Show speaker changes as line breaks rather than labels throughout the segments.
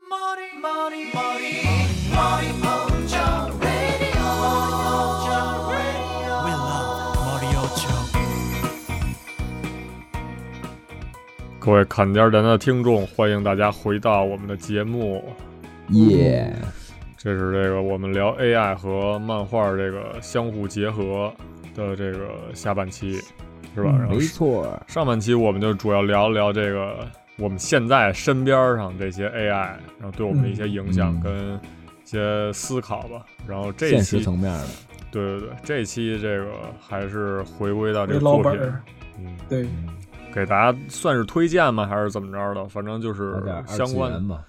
Mori, Mori, Mori, Mori Ocho Radio. We love Mori Ocho.
各位砍价人的听众，欢迎大家回到我们的节目。
耶、
这是这个我们聊 AI 和漫画这个相互结合的这个下半期，是吧？然后
嗯没错，
上半期我们就主要聊一聊这个我们现在身边上这些 AI，然后对我们的一些影响
嗯
跟一些思考吧。然后这一
现实
期，
层面的，
对对对，这一期这个还是回归到这
回
个
老
作
本
品，
儿，
嗯，
对，
给大家算是推荐吗？还是怎么着的？反正就是
有点二
相
次
关的
元。吧，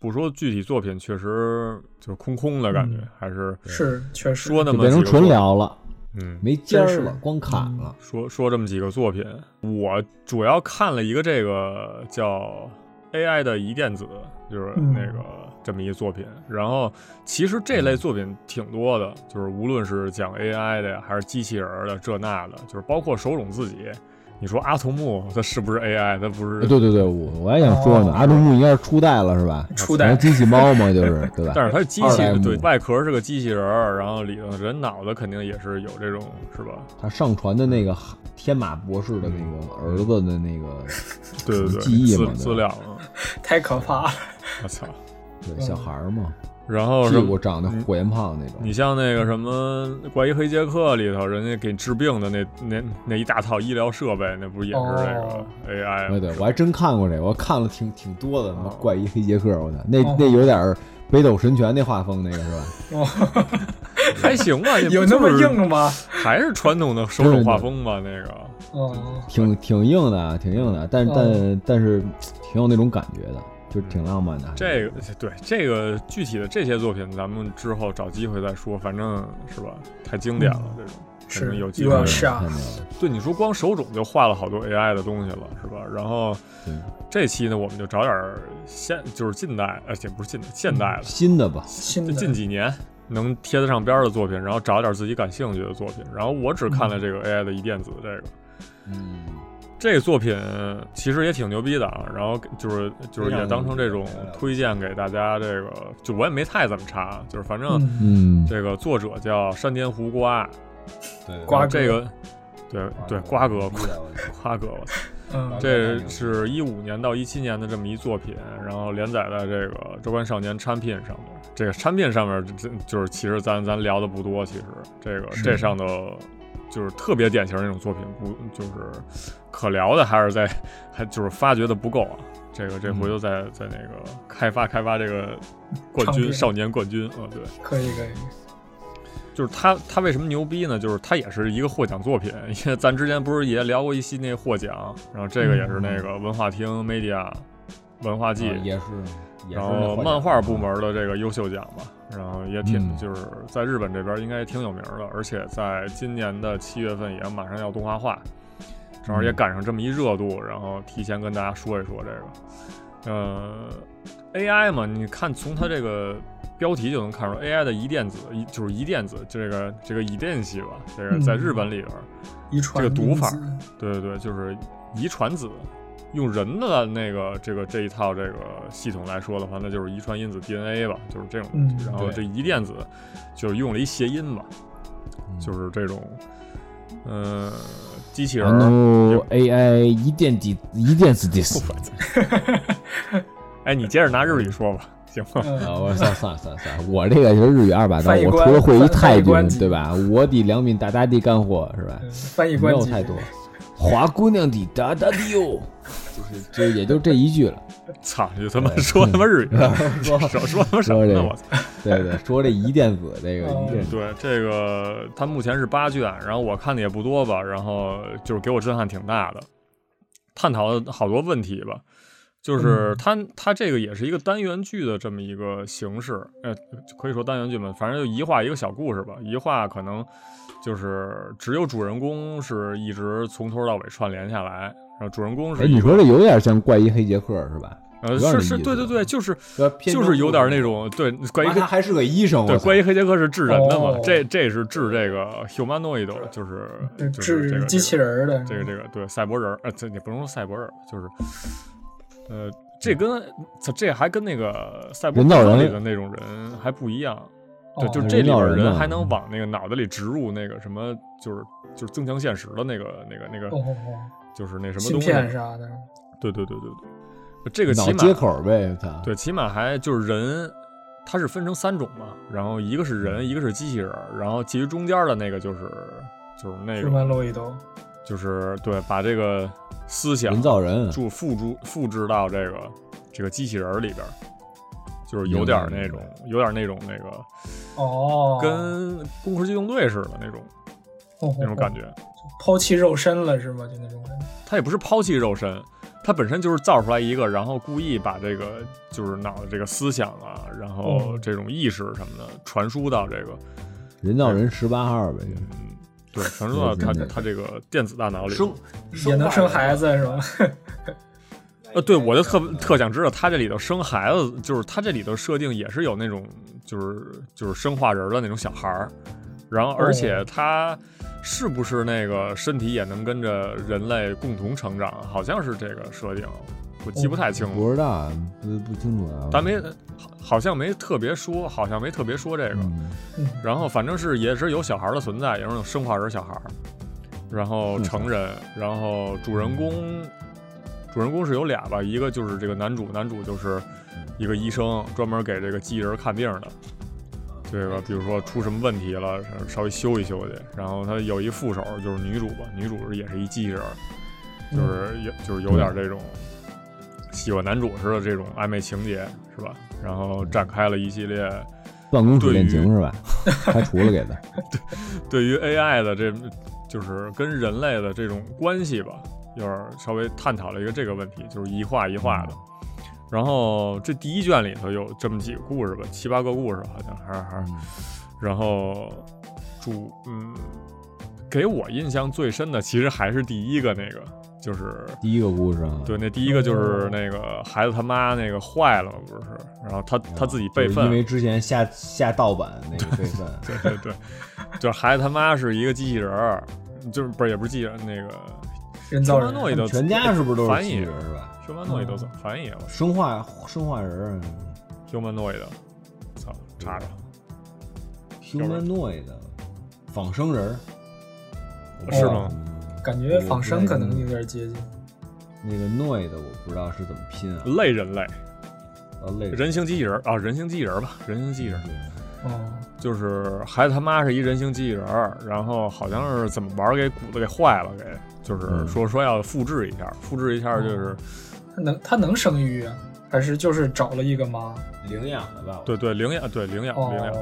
不说具体作品，确实就是空空的感觉，
嗯
还是
是确实
说那
就
么
变
几个作
成纯
品，
聊了，
嗯，
没尖儿
真
了
是，
光砍了。
说说这么几个作品。我主要看了一个这个叫 AI 的疑电子，就是
嗯
那个、这么一作品。然后其实这类作品挺多的，就是无论是讲 AI 的呀，还是机器人儿的这那的，就是包括手冢自己。你说阿童木他是不是 AI？他不是
哎对对对，我我还想说呢，
哦
阿童木应该是初代了是吧？
初
然
代
后机器猫 嘛，就是对吧？
但是它是机
二
器
代，目
对，外壳是个机器人儿，然后里头人脑子肯定也是有这种，是吧？
他上传的那个天马博士的那个儿子的那个
嗯 对对对，
记忆
资
嘛对
资料啊，
太可怕了。
我操！
对小孩儿嘛，
然后
屁
什
股
么？
长得火焰胖那种
嗯你，像那个什么《怪医黑杰克》里头，人家给治病的那那那一大套医疗设备，那不是也是这个
哦
AI 吗
哎对？对，我还真看过这个，我看了挺挺多的，什么
哦
怪医黑杰克，我操，那
哦
那有点儿北斗神拳那画风那个是吧？
哦，
还行吧，也不
有那么
就是
硬吗？
还是传统的手冢画风吧？那个，
哦，
挺挺硬的啊，挺硬的，但但但是挺有那种感觉的，就是
嗯
挺浪漫的。
这个对这个具体的这些作品，咱们之后找机会再说，反正是吧？太经典了，这种肯
嗯是
定有机
有
会
点是啊
看，见了，
对，你说光手冢就画了好多 AI 的东西了，是吧？然后
对，
这期呢，我们就找点儿现，就是近代，呃，也不是近代，现代了，
新的吧，
新
就
的
近几年能贴得上边儿的作品，然后找点儿自己感兴趣的作品。然后我只看了这
嗯
个 AI 的一电子这个。
嗯，
这个作品其实也挺牛逼的啊，然后就是就是也当成这种
啊
推荐给大家。这个就我也没太怎么查，啊就是反正
嗯，
嗯，
这个作者叫山田胡瓜，
对
瓜
然后
哥
这个对对瓜哥瓜瓜哥，我操！
嗯，
这是一五年到一七年的这么一作品，然后连载在这个《周刊少年》产品上面。这个产品上面，这这就是其实咱咱聊的不多，其实这个这上头就是特别典型的那种作品，不就是可聊的还是在还就是发掘的不够啊。这个
嗯
这回头再再那个开发开发这个冠
唱
军
片
少年冠军啊，对，
可以可以，
就是他，他为什么牛逼呢？就是他也是一个获奖作品， 因为咱之前不是也聊过一期那获奖，然后这个也是那个文化厅 media 文化
啊
季，
啊也是，也是
然
那
后
画
漫画
家
部门的这个优秀奖吧，然后也挺、
嗯
就是在日本这边应该挺有名的，而且在今年的七月份也马上要动画化，正
嗯
好也赶上这么一热度，然后提前跟大家说一说这个，呃，AI 嘛，你看从它这个标题就能看出 AI 的锂电子，一就是锂电子这个这个锂电系吧，这个在
嗯
日本里边儿，
遗传
这个读法
因子
对对对，就是遗传子。用人的那个这个这一套这个系统来说的话，那就是遗传因子 DNA 吧，就是这种东西。
嗯
然后
对
这遗电子就是用了一谐音吧，
嗯
就是这种，嗯、机器人
然
儿。
后 AI 一电子一电子 dis，
哎，你接着拿日语说吧，行吗？
啊，
嗯，
我算了算了算了算了，我这个就是日语二把刀，
翻译
我
官
除了会一
翻翻
泰
译官
语，
级
对吧？我得两米大大地干活是吧？
嗯翻译
没
官
有
级
太多，华姑娘的哒哒地哟，就是就也就这一句了。
操，就他妈说他妈日 语，
说
少说他妈什么
嗯说这
呢？
个
我操！
对对，说这一电子这个
哦
一电子，
对这个，它目前是八卷，然后我看的也不多吧，然后就是给我震撼挺大的，探讨了好多问题吧。
嗯
就是它它这个也是一个单元剧的这么一个形式，呃，可以说单元剧嘛，反正就一话一个小故事吧，一话可能就是只有主人公是一直从头到尾串联下来，然后主人公
哎，
是一
你
个
说这有点像怪医黑杰克是吧？
呃
有点
是
那
是
意
对
思
对
吧
对，就是
要偏
就是有点那种对怪
妈，
医
他还是个医生，
对，
我操
关于黑杰克是治人的嘛？
哦
这这是治这个 humanoid，就是
对
就是这
治
个
机器人儿的，
这个这个这个对赛博人儿，呃，这也不能说赛博人儿，就是呃，这跟这这还跟那个赛博
人造
朋克
人
里的那种人还不一样，
哦
对，就这里
人造嗯
边
人
人
呐
还能往那个脑袋里植入那个什么，就是就是增强现实的那个那个那个
哦，哦哦
就是那什么
芯
东西，
片啥的，
对对对对对，这个
脑
起码
接口呗，操，
对，起码还就是人，它是分成三种嘛，然后一个是人，一个是机器人儿，然后其实中间的那个就是就是那
是
种
曼洛伊德。
就是对，把这个思想
人造人，
注复制复制到这个这个机器人儿里边儿，就是有
明
点
白
儿那
明
种
白
有点儿那种那个
哦，
跟《攻壳机动队》似的那种那
那
种感，觉，
抛弃肉身了是吗？就那种感觉。
它也不是抛弃肉身。它本身就是造出来一个，然后故意把这个就是脑子这个思想啊，然后
嗯
这种意识什么的传输到这个
人造人十八号呗，就是
嗯， 对，传输到
对
他
对对
他这个电子大脑里。
生
也能生孩
子。
子是吧？
呃，对，我就特特想知道他这里头生孩子，就是他这里头设定也是有那种就是就是生化人的那种小孩儿，然后而且他是不是那个身体也能跟着人类共同成长？好像是这个设定，我记不太清了，
不知道，不不清楚啊。
但没好好像没特别说，好像没特别说这个。
嗯
嗯
然后反正是也是有小孩儿的存在，也是那种生化人小孩儿，然后成人，然后主人公，主人公是有俩吧，一个就是这个男主，男主就是一个医生，专门给这个机器人看病的。这个比如说出什么问题了，呃稍微修一修去。然后他有一副手，就是女主吧，女主也是一机器人，就是有就是有点这种喜欢男主似的这种暧昧情节，是吧？然后展开了一系列
办公室
对于
恋情是吧？开除了给他，
对于 AI 的这，就是跟人类的这种关系吧，就是稍微探讨了一个这个问题，就是一画一画的。
嗯
然后这第一卷里头有这么几个故事吧，七八个故事好像还是还
嗯
是。然后主嗯，给我印象最深的其实还是第一个那个，就是
第一个故事啊，
对那第一个就是那个孩子他妈那个坏了嘛不是，然后他他自己备
啊就是
份
因，为之前下下盗版那个备份，
对对对， 就是孩子他妈是一个机器人儿，就是不是也不是机器人，那个
人
修
造
班
人
诺伊的
全家是不是都是
翻
机器
译
人？嗯是吧？
修班诺伊都怎么翻译啊？我
生化生化人
修班诺伊的，操，查查，
，humanoid，仿生人
是吗？
感觉仿生可能有点接近。
那个 noid 我不知道是怎么拼啊，
类人类，
呃，类似
人形机器人儿啊，人形机器人儿吧，人形机器
嗯
人儿，嗯
哦，
就是孩子他妈是一人形机器人儿，然后好像是怎么玩儿给骨头给坏了，给就是
嗯哦
说说要复制一下，复制一下就是
他能他能生育啊？还是就是找了一个妈？
领养的吧？
对对领养，对领养领养。
哦，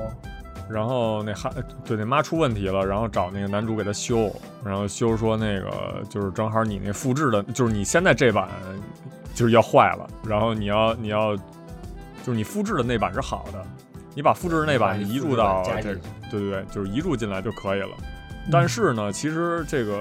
然后那孩对那妈出问题了，然后找那个男主给她修，然后修说那个就是正好你那复制的，就是你现在这版就是要坏了，然后你要你要就是你复制的那版是好的，你把复制的那版移入到这
嗯
个，对对对，就是移入进来就可以了。但是呢，其实这个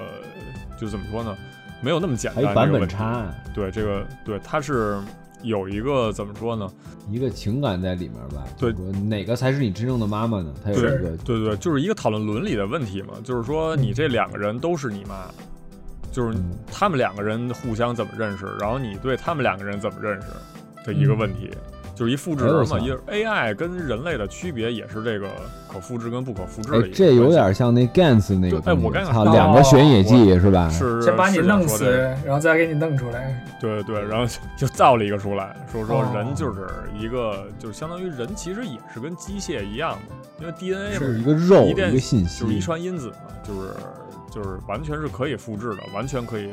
就怎么说呢，没有那么简
还
单。
有版
这个
本啊
问题
差，
对这个对它是有一个怎么说呢？
一个情感在里面吧？
对
就是说哪个才是你真正的妈妈呢？它有一
对
个
对对，就是一个讨论伦理的问题嘛，就是说你这两个人都是你妈，就是
嗯
他们两个人互相怎么认识，然后你对他们两个人怎么认识的一个
嗯
问题，就是一复制
哎我
人嘛，
操
也 AI 跟人类的区别也是这个可复制跟不可复制
哎
的一个关系。，
这有点像那 Gans 那个
对哎
东西
我刚想
操
说
两个玄野
哦
记是吧？
是
先把你
是想
弄
说
死
这个，
然后再给你弄出来。
对对，然后就就造了一个出来，说说
哦
人就是一个，就是相当于人其实也是跟机械一样的，因为 DNA 嘛
是一个肉，
一
一
电
个信息，
就是遗传因子嘛，就是就是完全是可以复制的，完全可以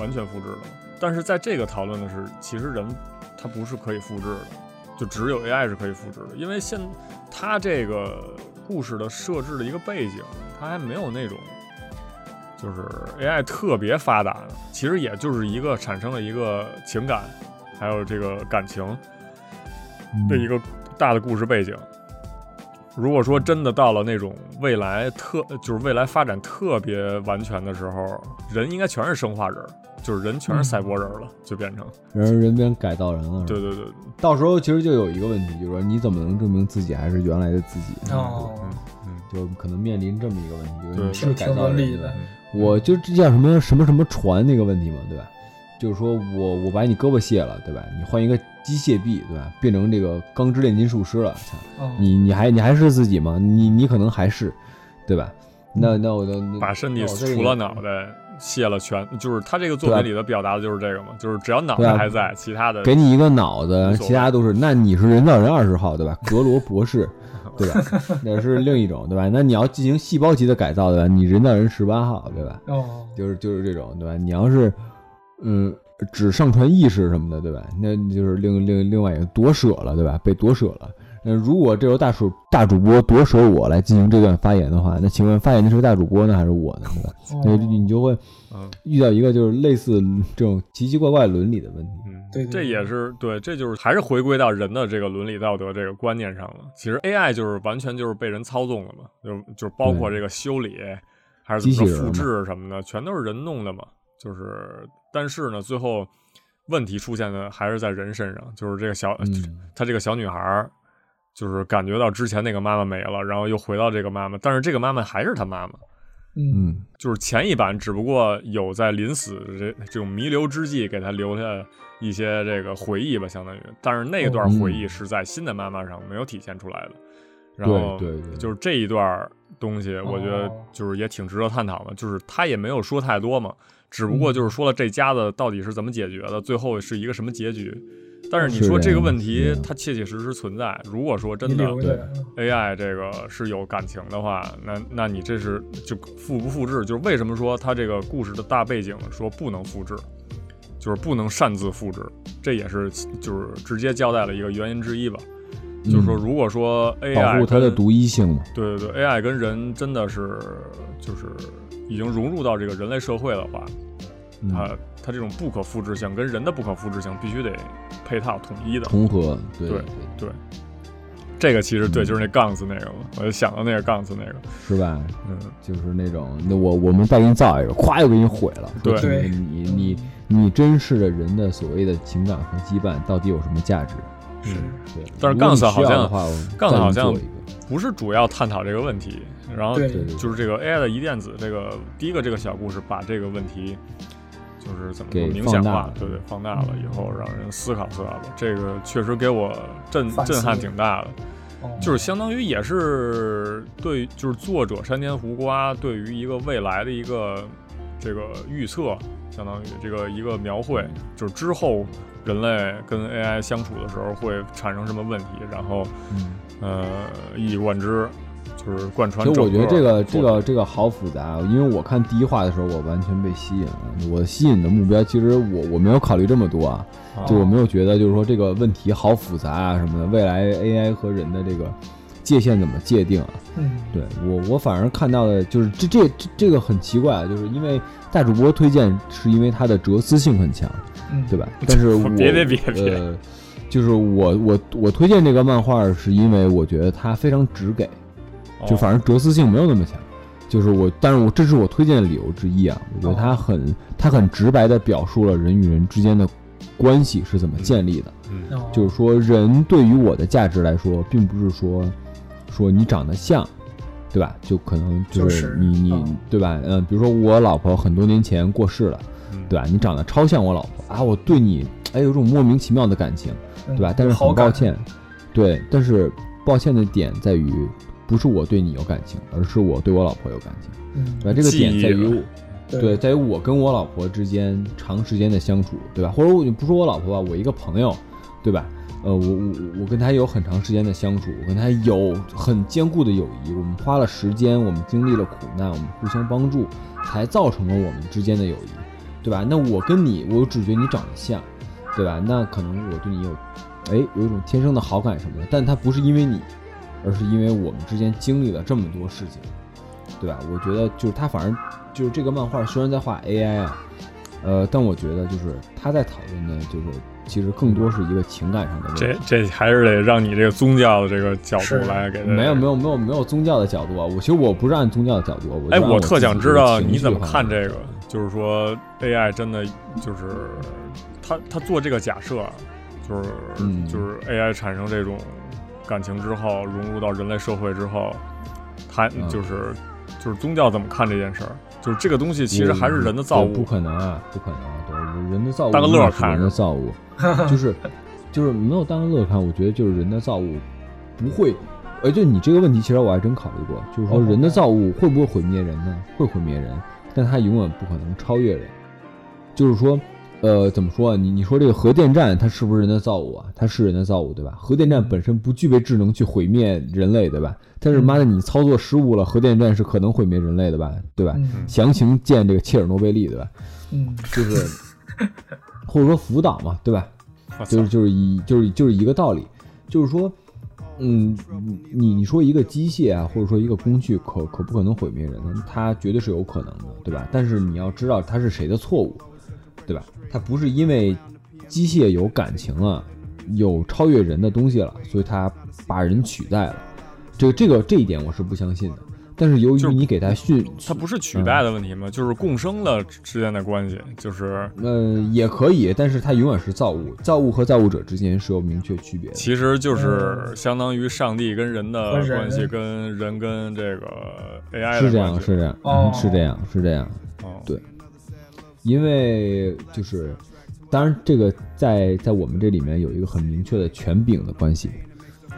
完全复制的。但是在这个讨论的是，其实人他不是可以复制的，就只有 AI 是可以复制的，因为现他这个故事的设置的一个背景，它还没有那种。就是 AI 特别发达的，其实也就是一个产生了一个情感，还有这个感情，
嗯
的一个大的故事背景。如果说真的到了那种未来特，就是未来发展特别完全的时候，人应该全是生化人儿，就是人
嗯
全是赛博人儿了，就变成
然后人变改造人了。
对，对对，
到时候其实就有一个问题，就是说你怎么能证明自己还是原来的自己？
哦，
嗯，
就可能面临这么一个问题，就是
对
你是改
挺
造
合
人
理
对吧
的
嗯
我就这叫什么什么什么船那个问题嘛，对吧？就是说我我把你胳膊卸了，对吧？你换一个机械臂，对吧？变成这个钢之炼金术师了，操！
哦
你你还你还是自己吗？你你可能还是，对吧？那那我就
把身体
那我哦这个啊
除了脑袋卸了全，就是他这个作品里的表达的就是这个嘛，就是只要脑
对
袋
啊
还在，其他的
给你一个脑
无
子，
所谓
其他都是。那你是人造人二十号对吧？ 格罗博士对吧？那是另一种对吧？那你要进行细胞级的改造对吧？你人造人十八号对吧？
哦，
就是就是这种对吧？你要是嗯只上传意识什么的对吧？那就是另另另外一个夺舍了对吧？被夺舍了。那如果这由大主大主播夺舍我来进行这段发言的话，那请问发言的是大主播呢还是我呢？对吧？
哦
那你就会
哦嗯
遇到一个就是类似这种奇奇怪怪伦理的问题。
嗯，
对对
这
对
也是对，这就是还是回归到人的这个伦理道德这个观念上了。其实 AI 就是完全就是被人操纵了嘛，就就是包括这个修理还是怎么
机器
说
人
复
嘛
制什么的，全都是人弄的嘛。就是但是呢，最后问题出现的还是在人身上，就是这个小、
嗯
她啊这个小女孩儿，就是感觉到之前那个妈妈没了，然后又回到这个妈妈，但是这个妈妈还是她妈妈。
嗯，
嗯，
就是前一版只不过有在临死这这种弥留之际给她留下一些这个回忆吧，相当于，但是那一段回忆是在新的妈妈上没有体现出来的。然后
对对对
就是这一段东西，我觉得
哦
就是也挺值得探讨的。就是他也没有说太多嘛，只不过就是说了这家子到底是怎么解决的，最后是一个什么结局。但是你
是
说这
这
个
样
问
是
题
这，样
它切切实实存在。如果说
嗯
你
真的啊
留下来，
AI 这个是有感情的话，那那你这是就复不复制？就是为什么说它这个故事的大背景说不能复制，就是不能擅自复制，这也是就是直接交代了一个原因之一吧。就是说，如果说 AI
嗯保护它的
跟
独一性嘛。
对对对，AI 跟人真的是就是已经融入到这个人类社会的话，
嗯
它它这种不可复制性跟人的不可复制性必须得配套统一的。
重合，对
对对，这个其实对，
嗯
就是那杠子那个嘛，我就想到那个杠子那个，
是吧？
嗯，
就是那种，那我我们再给你造一个，咵又给你毁了。
对
说
对
你你你珍视的人的所谓的情感和羁绊到底有什么价值？
是
对，
但是
如果
杠
你
子
需
好
要
像
的话，我
杠子
再
好像
给你做一个
不是主要探讨这个问题，然后
对
对对
就是这个 AI 的疑电子这个第一个这个小故事，把这个问题就是怎么说
给
明
放
显
大
化
了，
对对，放大了以后让人思考思考吧，这个确实给我震
反思
震撼挺大的，
哦
就是相当于也是对，就是作者山田胡瓜对于一个未来的一个这个预测，相当于这个一个描绘，就是之后人类跟 AI 相处的时候会产生什么问题，然后
嗯。
呃一以贯之，就是贯穿
其
整个
实
作
我觉
品。
得这个这个这个好复杂，啊因为我看第一话的时候，我完全被吸引了。我吸引的目标，其实我我没有考虑这么多啊，
啊
就我没有觉得就是说这个问题好复杂啊什么的，未来 AI 和人的这个界限怎么界定啊？
嗯，
对我我反而看到的就是这这这这个很奇怪，啊就是因为大主播推荐是因为它的哲思性很强，
嗯，
对吧？但是我
别别别别
呃，就是我我我推荐这个漫画是因为我觉得它非常直给，
哦
哦
就反正哲思性没有那么强。就是我，但是我这是我推荐的理由之一啊。我觉得
哦
它很它很直白的表述了人与人之间的关系是怎么建立的。
嗯
哦？
就是说，人对于我的价值来说，并不是说说你长得像，对吧？就可能就
就是
是你你、
嗯
对吧？嗯、比如说我老婆很多年前过世了，
嗯
对吧？你长得超像我老婆啊，我对你哎有种莫名其妙的感情，
嗯
对吧？但是
好
很
感
抱歉，对，但是抱歉的点在于，不是我对你有感情，而是我对我老婆有感情，
嗯，
对吧？这个
记
点
忆
在于
吧
我。对，，在于我跟我老婆之间长时间的相处，对吧？或者我不说我老婆吧，我一个朋友，对吧？呃，我我我跟她有很长时间的相处，我跟她有很坚固的友谊，我们花了时间，我们经历了苦难，我们互相帮助，才造成了我们之间的友谊，对吧？那我跟你，我只觉得你长得像，对吧？那可能我对你有，哎，有一种天生的好感什么的，但它不是因为你，而是因为我们之间经历了这么多事情，对吧？我觉得就是他反而就是这个漫画虽然在画 AI 啊，呃，但我觉得就是他在讨论的，就是其实更多是一个情感上的问
这
题。
这还是得让你这个宗教的这个角度
是
来给它
没有没有没有没有宗教的角度啊，我其实我不是按宗教的角度啊，我就
哎，
按我
我特
自己
想
的
知道
情
你
绪
怎么
化的
看
角
这
度
个，就是说 AI 真的就是他他做这个假设啊，就是、
嗯
就是 AI 产生这种感情之后，融入到人类社会之后，他
嗯
就是、就是宗教怎么看这件事儿？就是这个东西其实还是人的造
对不
物，
可能啊，不可能啊！对，人的造物
当个乐儿
永远是
看
人的造物， 就是就是没有当个乐儿看，我觉得就是人的造物不会。哎，就你这个问题，其实我还真考虑过，就是说
哦
人的造物会不会毁灭人呢？会毁灭人，但它永远不可能超越人。就是说，呃，怎么说啊？你你说这个核电站，它是不是人的造物啊？它是人的造物，对吧？核电站本身不具备智能去毁灭人类，对吧？但
嗯
是妈的，你操作失误了，核电站是可能毁灭人类的吧？对吧？
嗯
详情见这个切尔诺贝利，对 吧？
嗯，
就是或者说福岛嘛，对吧？
我
就
操
是就是一就是就是一个道理，就是说，嗯，你你说一个机械啊，或者说一个工具可可不可能毁灭人呢？它绝对是有可能的，对吧？但是你要知道它是谁的错误，对吧？它不是因为机械有感情了，有超越人的东西了，所以它把人取代了。这个这个这一点我是不相信的。但是由于
就是
你给它训，
它不是取代的问题吗？就是共生的之间的关系，就是
呃，也可以，但是它永远是造物，造物和造物者之间是有明确区别的。
其实
嗯
就是相当于上帝跟人的
和人
关系，跟人跟这个 AI
是
的
这
关
样，
系。
是这样，
哦
是这样，是这样。
嗯
对因为就是，当然这个在在我们这里面有一个很明确的权柄的关系，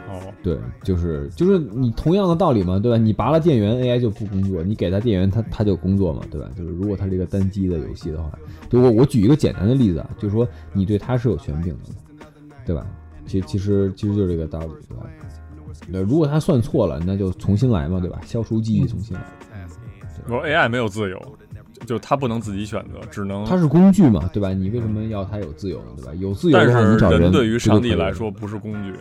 哦，
对，就是就是你同样的道理嘛，对吧？你拔了电源，AI 就不工作；你给它电源，它它就工作嘛，对吧？就是如果它是一个单机的游戏的话，对我我举一个简单的例子啊，就是说你对它是有权柄的，对吧？其其实其实就是这个道理，对吧？对，如果它算错了，那就重新来嘛，对吧？消除记忆，重新来。
嗯我 AI 没有自由，就它不能自己选择，只能
它是工具嘛，对吧？你为什么要它有自由呢？对吧？有自由
但
的话，
是
你找
人
人
对于上
不就
帝
可以嗯了
来说不是工具，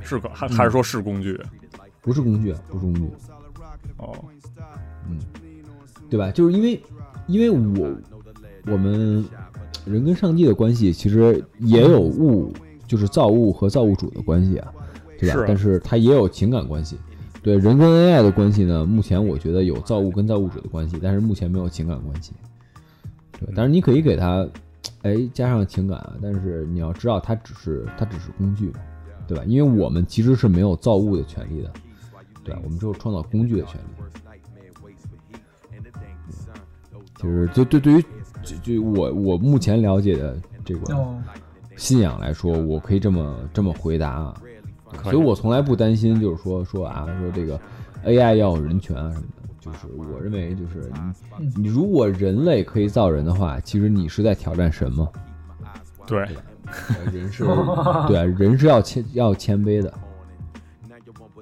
是个还还是说是工具？
不是工具，啊不是工具，
哦，
嗯，对吧？就是因为因为我我们人跟上帝的关系其实也有物，就是造物和造物主的关系啊，对吧？
是啊
但是它也有情感关系。对人跟 AI 的关系呢，目前我觉得有造物跟造物主的关系，但是目前没有情感关系。对，但是你可以给它，哎，加上情感啊，但是你要知道，它只是它只是工具嘛，对吧？因为我们其实是没有造物的权利的，对吧？我们只有创造工具的权利。其实，就对对于就就我我目前了解的这个
哦，
信仰来说，我可以这么这么回答啊，对
可以
所以我从来不担心，就是说说啊，说这个 AI 要有人权啊什么的，就是我认为就是你
嗯
你如果人类可以造人的话，其实你是在挑战神嘛，
对，
呃人是对啊，人是要谦要谦卑的，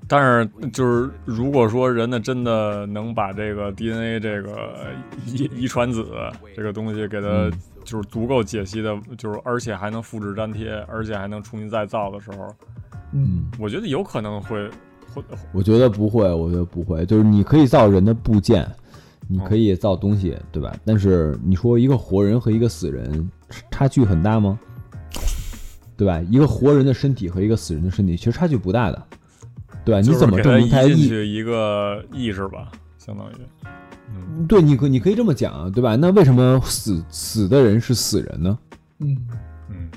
但是就是如果说人呢真的能把这个 DNA 这个遗遗传子这个东西给它
嗯
就是足够解析的，就是而且还能复制粘贴，而且还能重新再造的时候，
嗯，
我觉得有可能会会
我觉得不会，我觉得不会，就是你可以造人的部件，你可以造东西，对吧？但是你说一个活人和一个死人差距很大吗？对吧？一个活人的身体和一个死人的身体其实差距不大的，对吧？
就
你
是
怎么
给
证
它
明他
移进
意
去一个意识吧，相当于嗯
对，你可你可以这么讲啊，对吧？那为什么死死的人是死人呢？
嗯，
嗯，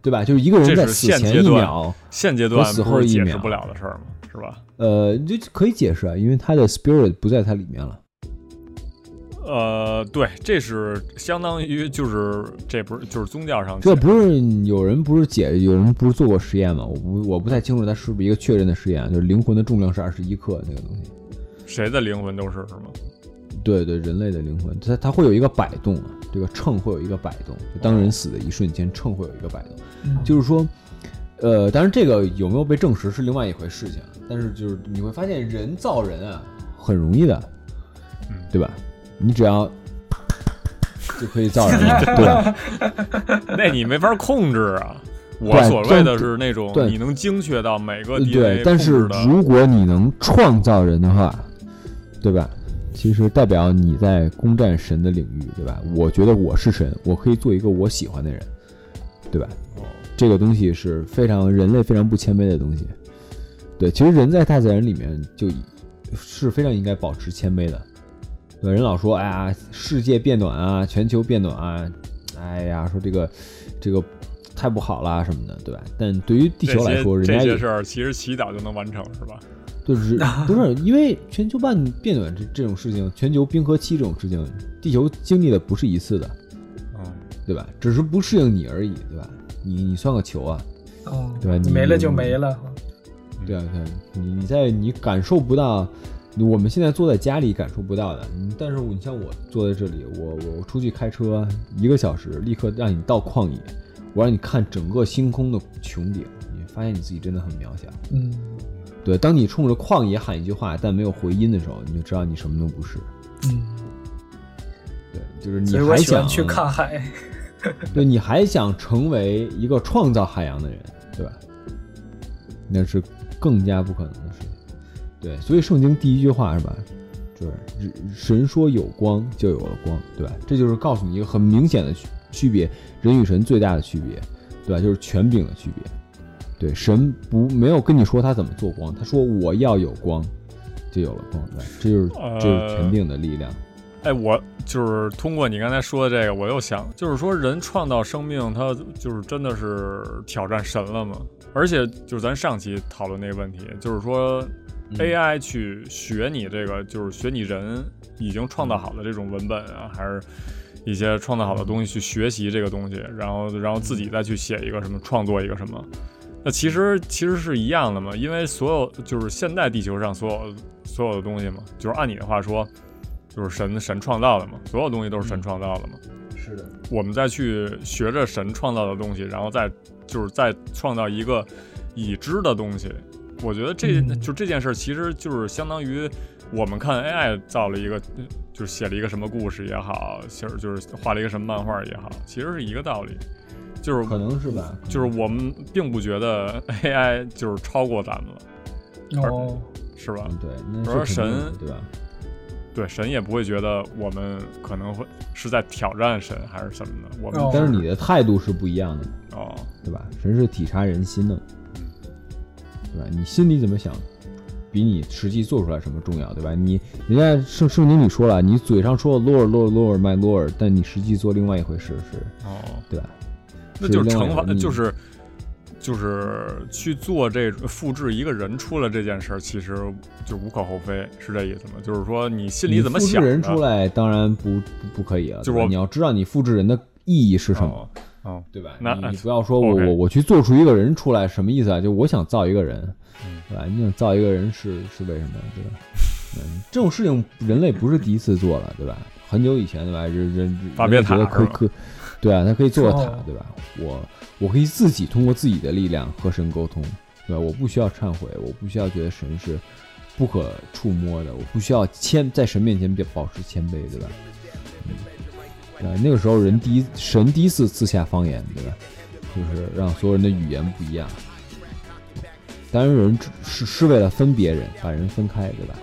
对吧？就是一个人
这
在
是
死
现阶
前一
段
秒，
现阶段
和死
不
后
是
一
解释
秒
不了的事儿嘛，是吧？
呃，就可以解释啊，因为他的 spirit 不在它里面了。
呃，对，这是相当于就是这不是就是宗教上
这
解
不是有人不是解，有人不是做过实验吗？我不我不太清楚它是不是一个确认的实验，啊就是灵魂的重量是二十一克那个东西。
谁的灵魂都是是吗？
对对，人类的灵魂，它它会有一个摆动啊，这个秤会有一个摆动，就当人死的一瞬间，秤会有一个摆动。
嗯
就是说，呃，当然这个有没有被证实是另外一回事情，啊但是就是你会发现人造人啊很容易的，
嗯
对吧？你只要就可以造人了，对吧？
那你没法控制啊。 我
对
所谓的
但
是那种
对
你能精确到每个
呃
DNA
对，但是
控制的，
如果你能创造人的话，对吧？其实代表你在攻占神的领域，对吧？我觉得我是神，我可以做一个我喜欢的人，对吧？这个东西是非常人类非常不谦卑的东西。对，其实人在大自然里面就已是非常应该保持谦卑的。有人老说，哎呀，世界变暖啊，全球变暖啊，哎呀，说这个这个太不好啦什么的，对吧？但对于地
这
球
些
来说，人
这
家也
些事儿其实祈祷就能完成，是吧？
就是不是因为全球半变暖这这种事情，全球冰河期这种事情，地球经历的不是一次的，
嗯，
对吧？只是不适应你而已，对吧？你你算个球啊，
哦，
对吧你
没了就没了。
对啊，对啊，你你在你感受不到，我们现在坐在家里感受不到的，嗯但是我你像我坐在这里，我我我出去开车一个小时，立刻让你到旷野，我让你看整个星空的穹顶，你发现你自己真的很渺小。
嗯，
对，当你冲着旷野喊一句话，但没有回音的时候，你就知道你什么都不是。
嗯，
对，就是你
所以我
还
喜
想
欢去看海。
对你还想成为一个创造海洋的人，对吧？那是更加不可能的事情。对，所以圣经第一句话是吧？就是日神说有光，就有了光，对吧？这就是告诉你一个很明显的区区别，人与神最大的区别，对吧？就是权柄的区别。对，神不没有跟你说他怎么做光，他说我要有光，就有了光，对吧，这就是这
呃
就是权柄的力量。
哎，我就是通过你刚才说的这个，我又想，就是说人创造生命，他就是真的是挑战神了吗？而且就是咱上期讨论那个问题，就是说
嗯
AI 去学你这个，就是学你人已经创造好的这种文本啊，还是一些创造好的东西去学习这个东西，然后然后自己再去写一个什么，创作一个什么。那其实其实是一样的嘛，因为所有就是现在地球上所有所有的东西嘛，就是按你的话说，就是神神创造的嘛，所有东西都是神创造的嘛。
嗯是的，
我们再去学着神创造的东西，然后再就是再创造一个已知的东西。我觉得这、
嗯
就这件事，其实就是相当于我们看 AI 造了一个，呃就是写了一个什么故事也好，其实就是画了一个什么漫画也好，其实是一个道理。就是
可能是吧？
就是我们并不觉得 AI 就是超过咱们了，
哦，
是吧？
嗯，对，那
我说
是肯定的
神
对吧？
对，神也不会觉得我们可能会是在挑战神还是什么的。我们
哦
但是你的态度是不一样的，
哦，
对吧？神是体察人心的，对吧？你心里怎么想，比你实际做出来什么重要，对吧？你人家圣圣经里说了，你嘴上说 Lord Lord Lord my Lord，但你实际做另外一回事，是，
哦，
对吧？
那就是
另外一
惩
回
罚，
事
就是就是去做这复制一个人出来这件事儿，其实就无可厚非，是这意思吗？就是说你心里怎么
你复
想
制
的？
人出来当然不不不可以了，
就是
对吧
我
你要知道你复制人的意义是什么。
哦哦，
对吧？
那
你你不要说我
OK
我我去做出一个人出来，什么意思啊？就我想造一个人，
嗯
对吧？你想造一个人是是为什么？对吧？ 嗯，这种事情人类不是第一次做了，对吧？很久以前，对吧？人人
巴别塔
人类觉得
是吧
可可，对啊，他可以做个塔
哦，
对吧？我我可以自己通过自己的力量和神沟通，对吧？我不需要忏悔，我不需要觉得神是不可触摸的，我不需要谦在神面前表保持谦卑，对吧？嗯，呃，那个时候人第一神第一次赐下方言，对吧？就是让所有人的语言不一样。当然，人只是是为了分别人，把人分开，对吧？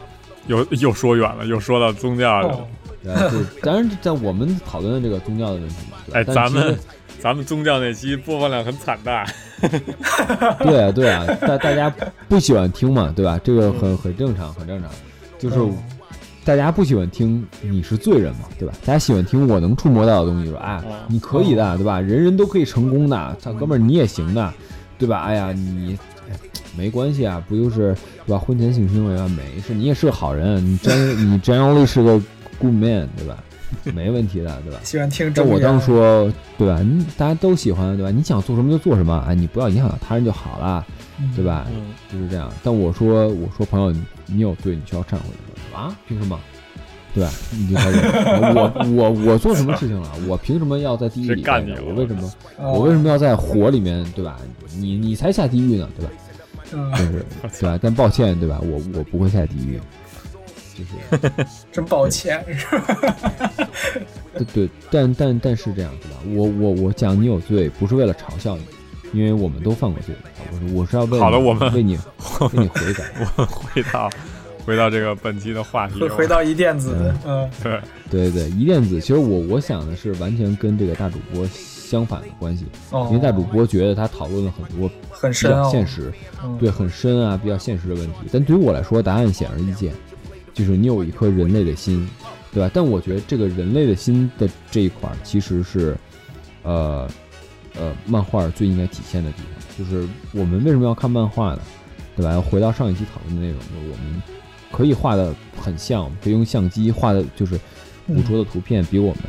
又又说远了，又说到宗教去了。
哦，
呃，就是当然，在我们讨论的这个宗教的问题嘛，对吧
哎，
但
咱
其实
们咱们宗教那期播放量很惨淡。
对啊，对啊，大大家不喜欢听嘛，对吧？这个很很正常，很正常。就是
嗯
大家不喜欢听你是罪人嘛，对吧？大家喜欢听我能触摸到的东西，说啊，你可以的，对吧？人人都可以成功的，操哥们儿你也行的，对吧？哎呀，你哎没关系啊，不就是对吧？婚前性行为啊，没事，你也是个好人，你真 你真要力是个 good man，对吧？没问题的，对吧？
喜欢听
但
中
我
原
啊
当说，对吧？你大家都喜欢，对吧？你想做什么就做什么，哎，你不要影响到他人就好了，对？吧？
嗯，
就是这样。但我说，我说朋友，你你有罪，你需要忏悔的啊？凭什么？对吧？你就开始，我 我我做什么事情了？我凭什么要在地狱里
谁干
待着
你了
我为什么
哦
我为什么要在火里面，对吧？你你才下地狱呢，对吧？
嗯
就是对吧？但抱歉，对吧？我我不会下地狱，就是
真抱 歉，
对对，但但但是这样对吧？我我我讲你有罪，不是为了嘲笑你，因为我们都犯过罪。我是我是要为你
好了我们
为你为你悔改。
我回到回到这个本期的话题
回，回到伊甸子
嗯，
嗯，
对，
对对对，一电子，其实我我想的是完全跟这个大主播相反的关系，
哦
因为大主播觉得他讨论了很多
很
比
深
较
奥，
现实，
嗯
对，很深啊，比较现实的问题。但对于我来说，答案显而易见，就是你有一颗人类的心，对吧？但我觉得这个人类的心的这一块儿，其实是，呃，呃，漫画最应该体现的地方，就是我们为什么要看漫画呢？对吧？回到上一期讨论的内容，就是我们可以画的很像，我们可以用相机画的，就是捕捉的图片比我们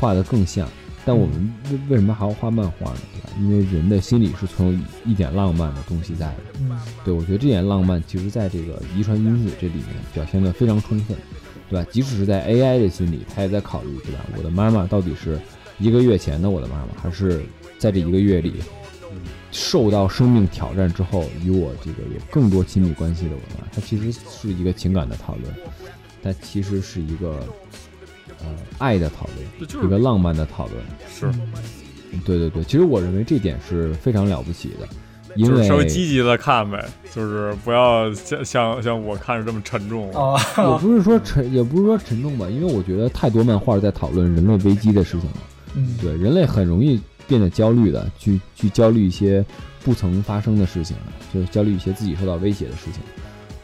画的更像，但我们为为什么还要画漫画呢？对吧？因为人的心里是存有一一点浪漫的东西在的。
嗯，
对，我觉得这点浪漫其实在这个遗传因子这里面表现得非常充分，对吧？即使是在 AI 的心里，它也在考虑，对吧？我的妈妈到底是一个月前的我的妈妈，还是在这一个月里受到生命挑战之后，与我这个有更多亲密关系的我妈妈？它其实是一个情感的讨论，它其实是一个呃爱的讨
这就是
论，一个浪漫的讨论。
是，
嗯
对对对，其实我认为这点是非常了不起的，因
就
为
是稍微积极的看呗，就是不要像像像我看着这么沉重。
哦，
也不是说沉，也不是说沉重吧，因为我觉得太多漫画在讨论人类危机的事情了。
嗯，
对，人类很容易变得焦虑的，去去焦虑一些不曾发生的事情，啊就是焦虑一些自己受到威胁的事情，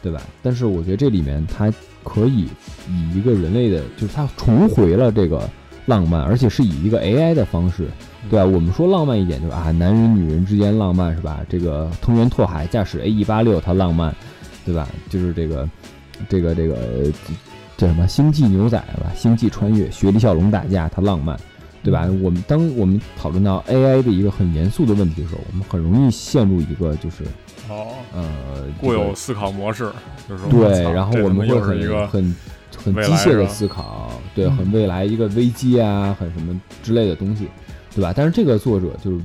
对吧？但是我觉得这里面它可以以一个人类的，就是它重回了这个浪漫，而且是以一个 AI 的方式，对吧、我们说浪漫一点，就是啊，男人女人之间浪漫是吧？这个藤原拓海驾驶 A 一八六，他浪漫，对吧？就是这个这个这个。呃叫什么？星际牛仔吧，星际穿越，雪里小龙打架，他浪漫，对吧？我们当我们讨论到 AI 的一个很严肃的问题的时候，我们很容易陷入一个就是
哦，
呃
固有
这
思考模式，就是说
个对
操，
然后
这
我
他妈
们会
又是一
很
个
很很
未
机
来
械
是
的
吧
思考，对，
嗯
很未来一个危机啊，很什么之类的东西，对吧？但是这个作者就是，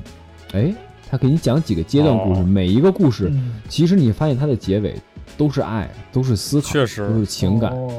哎，他给你讲几个阶段故事，
哦
每一个故事、
嗯，
其实你发现它的结尾都是爱，都是思考，
确实
都是情感，
哦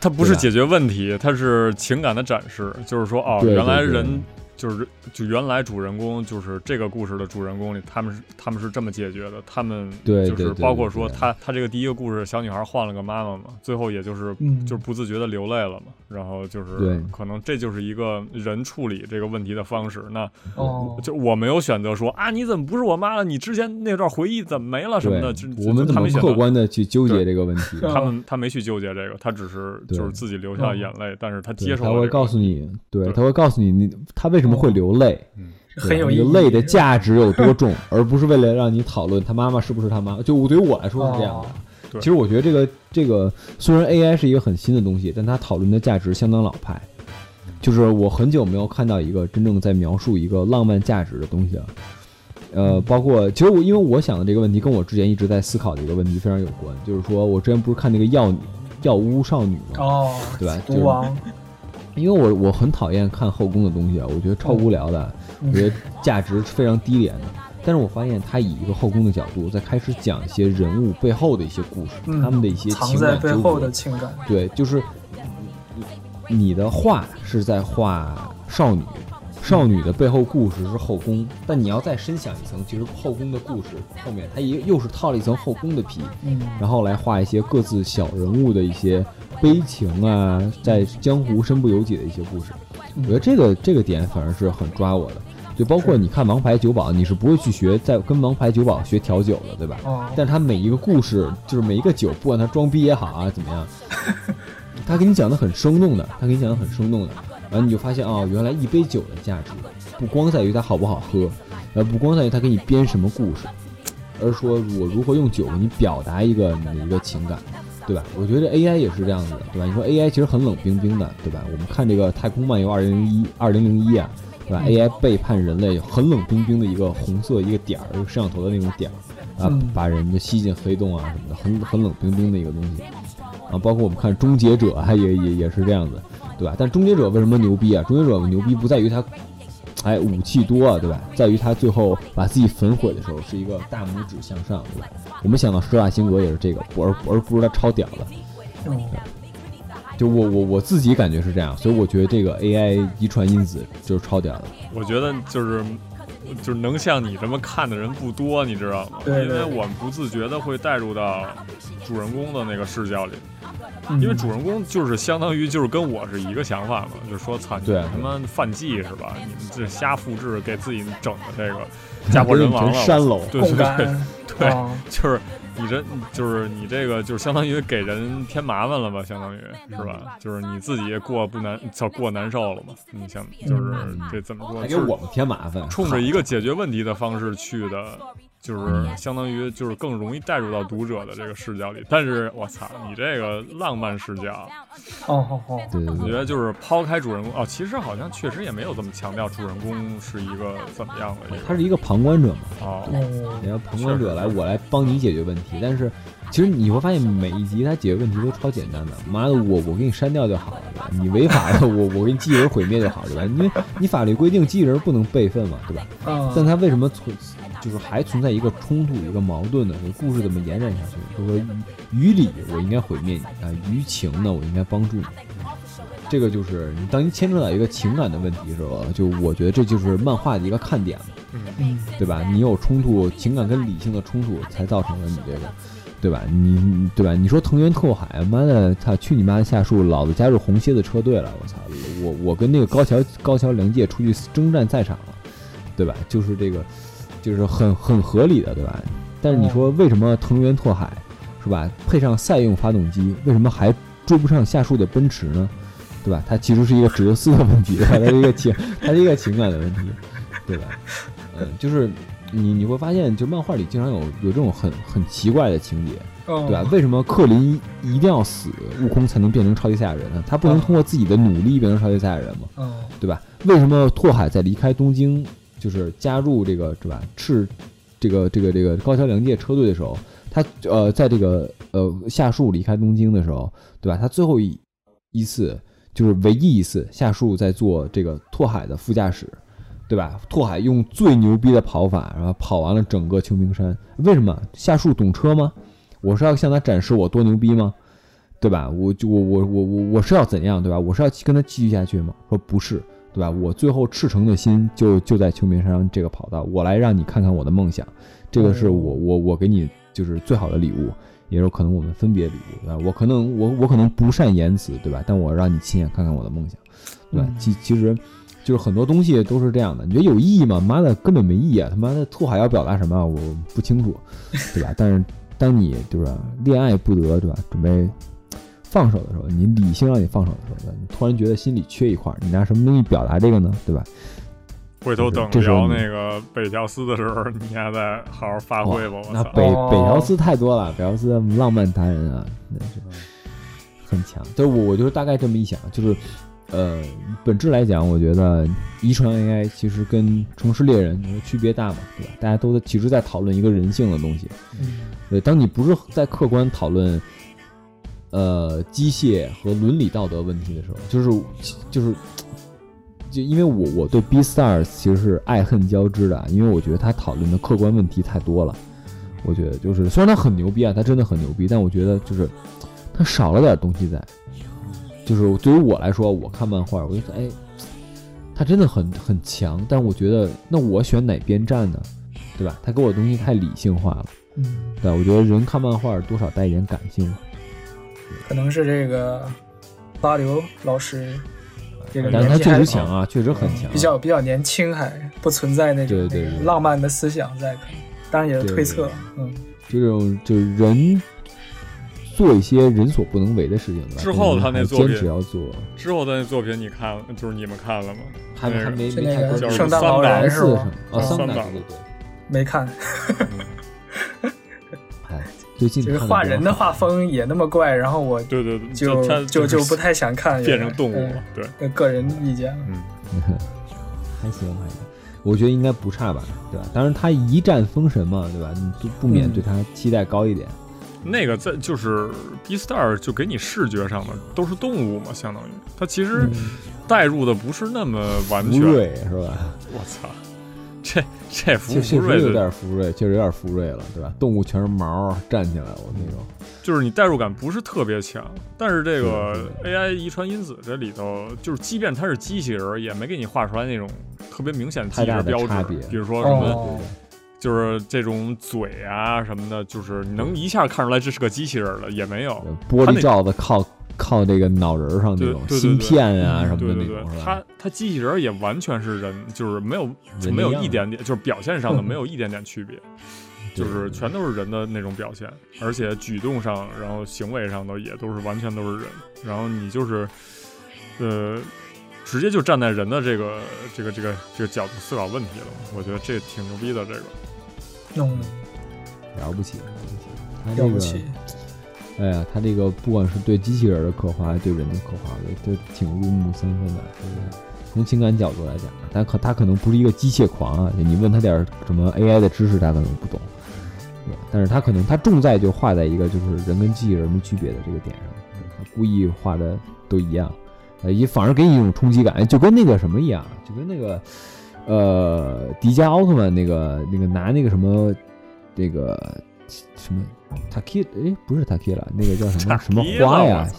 它不是
对吧
解决问题，它是情感的展示，就是说哦，
对对
原来
对
人就是就原来主人公就是这个故事的主人公里，他们是他们是这么解决的，他们
对
就
对
是
对
包括
对
说
对
他他这个第一个故事小女孩换了个妈妈嘛，最后也就是
嗯
就是不自觉的流泪了嘛，然后就是
对
可能这就是一个人处理这个问题的方式，那
哦，
就我没有选择说啊你怎么不是我妈了，你之前那段回忆怎么没了什么
对
的，就，就
我们
就
怎
他
么
没选择
客观的去纠结
对
这个问题？
他们他没去纠结这个，他只是
嗯对嗯
就是自己流下了眼泪，但是他
对
接受
他
了
会
这
告
个。
诉你，对，
对
他会告诉你，你他为什么会流泪，对
嗯很有
你
意
的
义。
泪的价值有多 重，而不是为了让你讨论他妈妈是不是他妈。就我对于我来说是这样的
哦。
对
其实我觉得这个这个虽然 AI 是一个很新的东西，但它讨论的价值相当老派。
嗯
就是我很久没有看到一个真正在描述一个浪漫价值的东西了。
嗯
呃，包括其实我因为我想的这个问题跟我之前一直在思考的一个问题非常有关，就是说我之前不是看那个药药屋少女吗？
哦，
对吧就是
毒王，
因为我我很讨厌看后宫的东西啊，我觉得超
嗯
无聊的，我觉得价值非常低廉的。但是我发现他以一个后宫的角度，在开始讲一些人物背后的一些故事，
嗯
他们的一些
藏
情
在
感
背
纠
后
葛
的情感。
对，就是你你的画是在画少女，少女的背后故事是后宫，但你要再深想一层，其实后宫的故事后面它也又是套了一层后宫的皮，
嗯，
然后来画一些各自小人物的一些悲情啊，在江湖身不由己的一些故事。我觉得这个这个点反而是很抓我的，就包括你看《王牌酒保》，你是不会去学在跟《王牌酒保》学调酒的，对吧？
哦，
但是他每一个故事，就是每一个酒，不管他装逼也好啊，怎么 样，他给你讲的很生动的，他给你讲的很生动的，然后你就发现哦，原来一杯酒的价值不光在于它好不好喝，而不光在于它给你编什么故事，而是说我如何用酒给你表达一个你的一个情感，对吧？ 我觉得 AI 也是这样子的，对吧？你说 AI 其实很冷冰冰的，对吧？我们看这个《太空漫游二零零一》二零零一啊，对吧？AI 背叛人类，很冷冰冰的一个红色一个点儿，一个摄像头的那种点儿啊
嗯，
把人就吸进黑洞啊什么的，很很冷冰冰的一个东西啊。包括我们看《终结者》啊，也也也是这样子，对吧？但《终结者》为什么牛逼啊？《终结者》牛逼不在于它哎，武器多啊，对吧？在于他最后把自己焚毁的时候，是一个大拇指向上，对吧？我们想到施瓦辛格也是这个，不而而不是他超屌的。
嗯
就我我我自己感觉是这样，所以我觉得这个 AI 遗传因子就是超屌的。
我觉得就是就是能像你这么看的人不多，你知道吗？
对对
因为我们不自觉的会带入到主人公的那个视角里，
嗯
因为主人公就是相当于就是跟我是一个想法嘛，就是说操，你
对
们他妈犯忌是吧？你们这瞎复制给自己整的这 个家破人亡了，
全山楼
对对
共
对
感，
对
哦
就是你这，就是你这个，就是相当于给人添麻烦了吧，相当于是吧？就是你自己过不难，叫过难受了嘛？你想，就是这怎么说？
还给
就是
我们添麻烦，
冲着一个解决问题的方式去的就是相当于就是更容易带入到读者的这个视角里。但是我操，你这个浪漫视角，
哦好好，
对对
我觉
对，
得就是抛开主人公哦，其实好像确实也没有这么强调主人公是一个怎么样的一
他
个
是一个旁观者嘛，
哦，
哦
你要旁观者来，我来帮你解决问题。但是其实你会发现，每一集他解决问题都超简单的。妈的，我我给你删掉就好了，对吧？你违法了，我我给你记一人毁灭就好了，对吧？因为你法律规定记一人不能备份嘛，对吧？
啊
但他为什么存就是还存在一个冲突、一个矛盾呢？这故事怎么延展下去？就是说于于理我应该毁灭你啊，于情呢我应该帮助你。这个就是你当你牵扯到一个情感的问题的时候，就我觉得这就是漫画的一个看点嘛。
嗯
对吧？你有冲突，情感跟理性的冲突，才造成了你这个，对吧？你你对吧？你说藤原拓海，妈的，他去你妈的下树！老子加入红蝎子车队了，我操！我我跟那个高桥高桥良介出去征战赛场了，对吧？就是这个，就是很很合理的，对吧？但是你说为什么藤原拓海是吧？配上赛用发动机，为什么还追不上下树的奔驰呢？对吧？它其实是一个哲思的问题， 它是一个情，它是一个情感的问题，对吧？嗯，就是你你会发现，就漫画里经常有有这种很很奇怪的情节，
哦
对吧？啊为什么克林一定要死，悟空才能变成超级赛亚人呢？他不能通过自己的努力变成超级赛亚人吗？
哦
对吧？为什么拓海在离开东京，就是加入这个对吧赤这个这个这个高桥良介车队的时候，他呃在这个呃夏树离开东京的时候，对吧？他最后一一次就是唯一一次夏树在做这个拓海的副驾驶。对吧？拓海用最牛逼的跑法，然后跑完了整个秋名山。为什么夏树懂车吗？我是要向他展示我多牛逼吗？对吧？我就我我我我我是要怎样，对吧？我是要跟他继续下去吗？说不是，对吧？我最后赤诚的心就就在秋名山这个跑道，我来让你看看我的梦想，这个是我我我给你就是最好的礼物，也有可能我们分别礼物，对吧？我可能我我可能不善言辞，对吧？但我让你亲眼看看我的梦想，对吧？
嗯
其其实。就是很多东西都是这样的，你觉得有意义吗？妈的，根本没意义啊！他妈的，拓海要表达什么啊，我我不清楚，对吧？但是当你对吧，恋爱不得，对吧？准备放手的时候，你理性让你放手的时候，对吧你突然觉得心里缺一块儿，你拿什么东西表达这个呢？对吧？
回头等
这是我
聊
们
那个北条司的时候，你还得好好发挥吧，我
那
操！
北
哦嗯
北条司太多了，北条司浪漫达人啊，那是很强。就是我我就是大概这么一想，就是呃，本质来讲，我觉得遗传 AI 其实跟城市猎人你说区别大嘛，对吧？大家都在其实在讨论一个人性的东西。
嗯
对，当你不是在客观讨论，呃，机械和伦理道德问题的时候，就是就是，就因为我我对 B Star 其实是爱恨交织的啊，因为我觉得他讨论的客观问题太多了。我觉得就是，虽然他很牛逼啊，他真的很牛逼，但我觉得就是他少了点东西在。就是对于我来说，我看漫画，我就说，哎，他真的很很强，但我觉得那我选哪边站呢？对吧？他给我的东西太理性化了。
嗯，
对，我觉得人看漫画多少带一点感性，
可能是这个巴流老师这个
但是
年
他
纪
确
还
实强啊，确实很强啊、
比较比较年轻还，不存在那种
对对
那个
对
浪漫的思想在，可能当然也是推测
对，
嗯，
这种就是人做一些人所不能为的事情，对吧？
之后他那
但是
作
还
品
坚持要做，
之后的那作品你看了，就是你们看了吗？
还
那
没
个
还没
是
没
那
太关
个
注
就是
圣诞老
三
人
四
是
上
吗？
啊，
嗯
桑
三
岛
岛
对对，
没看，
哎，最近
这
看
个
得
画
比较
人的
少
画风也那么怪，然后我
对对对，
就
他
就就不太想看，有
变
点
成动物了，对，
嗯个人意见了。
嗯，
还行还行，我觉得应该不差吧，对吧？当然他一战封神嘛，对吧？你都不免
嗯
对他期待高一点。
那个在就是 B Star 就给你视觉上的都是动物嘛，相当于它其实带入的嗯不是那么完
福
全。
嗯瑞是吧？
我操，这这福福
确确
瑞
实有
的，
点福瑞，确实有点福瑞了，对吧？动物全是毛，站起来我那种。
就是你代入感不是特别强，但是这
是
个
的
AI 遗传因子这里头，就是即便它是机器人儿，也没给你画出来那种特别明显的机
太
器
大
人
的
标
差
志
别，
比如说什么
哦
就是这种嘴啊什么的，就是你能一下看出来这是个机器人儿的，也没有。
呃玻璃罩子靠靠这个脑仁儿上那
对
种
对对
芯片啊什么
对
的
对
那
对
种，是吧？
它它机器人儿也完全是人，就是没有就
人
没有
一样
一
的
点点，就是表现上 的
嗯
没有一点点区别，就
对
是全都是人的那种表现，而且举动上，然后行为上的也都是完全都是人，然后你就是呃。直接就站在人的这个这个这个这个角度思考问题了，我觉得这挺牛逼的。这个
嗯，
了不起，了不起。他
了
这
不
个，
起，
哎呀，他这个不管是对机器人的刻画，还是对人的刻画，我觉得都挺入木三分的。真的从情感角度来讲，啊他可他可能不是一个机械狂啊，你问他点儿什么 AI 的知识，他可能不懂。对吧但是他可能他重在就画在一个就是人跟机器人没区别的这个点上，他故意画的都一样，呃，也反而给你一种冲击感，就跟那个什么一样，就跟那个呃迪迦奥特曼那个那个拿那个什么那个什么塔 K 哎不是塔 K 了，那个叫 什么什么
Takila，
花
我
呀
操，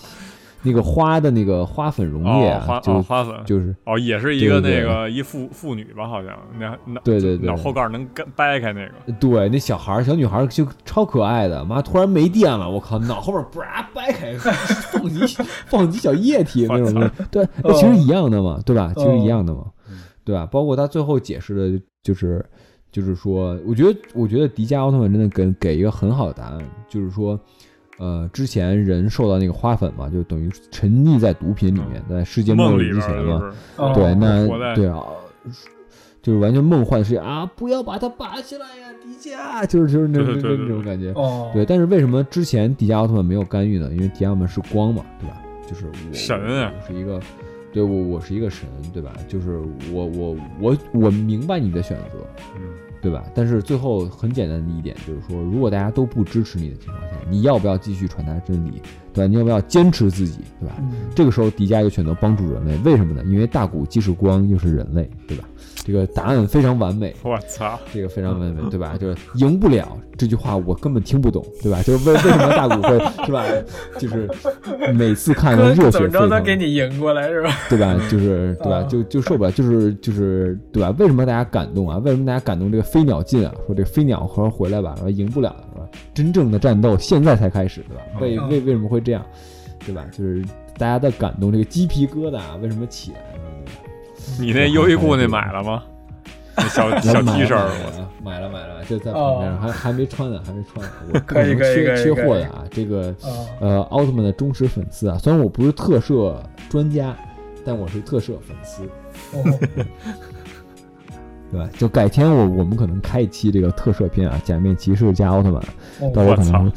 那个花的那个花粉溶液、
哦，
啊
花
就、
哦花粉
就是
哦，也是一个
对
那
对对
个一妇妇女吧，好像那脑
对对对
脑后盖能干掰开那个，
对，那小孩儿、小女孩儿就超可爱的，妈突然没电了，我靠，脑后面叭掰开，放几放几小液体那种东西，对，那其实一样的嘛，对吧？其实一样的嘛，对吧？包括他最后解释的，就是就是说，我觉得我觉得迪迦奥特曼真的给给一个很好的答案，就是说，呃，之前人受到那个花粉嘛，就等于沉溺在毒品里面，在世界末
梦里
日之
边
前
儿
嘛，
就是
哦
对，那
活在
对啊，就是完全梦幻的世界啊！不要把它拔下来呀、迪迦，就是就是那种
对对对
那
对
种感觉。
哦，
对，但是为什么之前迪迦奥特曼没有干预呢？因为迪迦奥特曼是光嘛，对吧？就是我
神啊
我是一个，对我我是一个神，对吧？就是我我我我明白你的选择，
嗯
对吧？但是最后很简单的一点就是说，如果大家都不支持你的情况下，你要不要继续传达真理？对吧？你要不要坚持自己？对吧？
嗯，
这个时候，迪迦就选择帮助人类，为什么呢？因为大古既是光，又是人类，对吧？这个答案非常完美，
我操，
这个非常完美，对 吧？就是赢不了这句话，我根本听不懂，对吧？就是为为什么大古会是吧？就是每次看都热血
哥怎么
沸
着能
腾，
给你赢过来是吧？
对吧？就是对吧？
啊
就就受不了，就是就是对吧？为什么大家感动啊？为什么大家感动这个飞鸟尽啊？说这个飞鸟和回来吧，说赢不了了，是吧？真正的战斗现在才开始，对吧？为
嗯
为为什么会这样，对吧？就是大家的感动，这个鸡皮疙瘩啊为什么起来了？对吧
你那优衣库那买了吗？那小小 T 恤儿，我操，
买了买了买了，就在旁边，
哦
还还没穿呢，还没穿呢。我
可以
我
可以可以
缺缺
可以
货的啊，这个
哦
呃奥特曼的忠实粉丝啊，虽然我不是特摄专家，但我是特摄粉丝，
哦，
对吧？就改天我我们可能开一期这个特摄片啊，假面骑士加奥特曼，到时候
哦
可能
我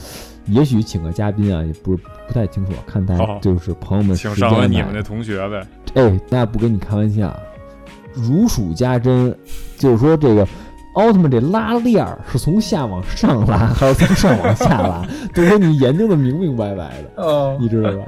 也许请个嘉宾啊，也不是不太清楚，看大
好
家就是朋友们
哦请
时间
上回
安
你
排
们那同学呗，
哎，那不跟你开玩笑，如数家珍，就是说这个奥特曼这拉链儿是从下往上 拉，还是从上往下拉，都给你研究的明明白白的，
哦
你，知道吧？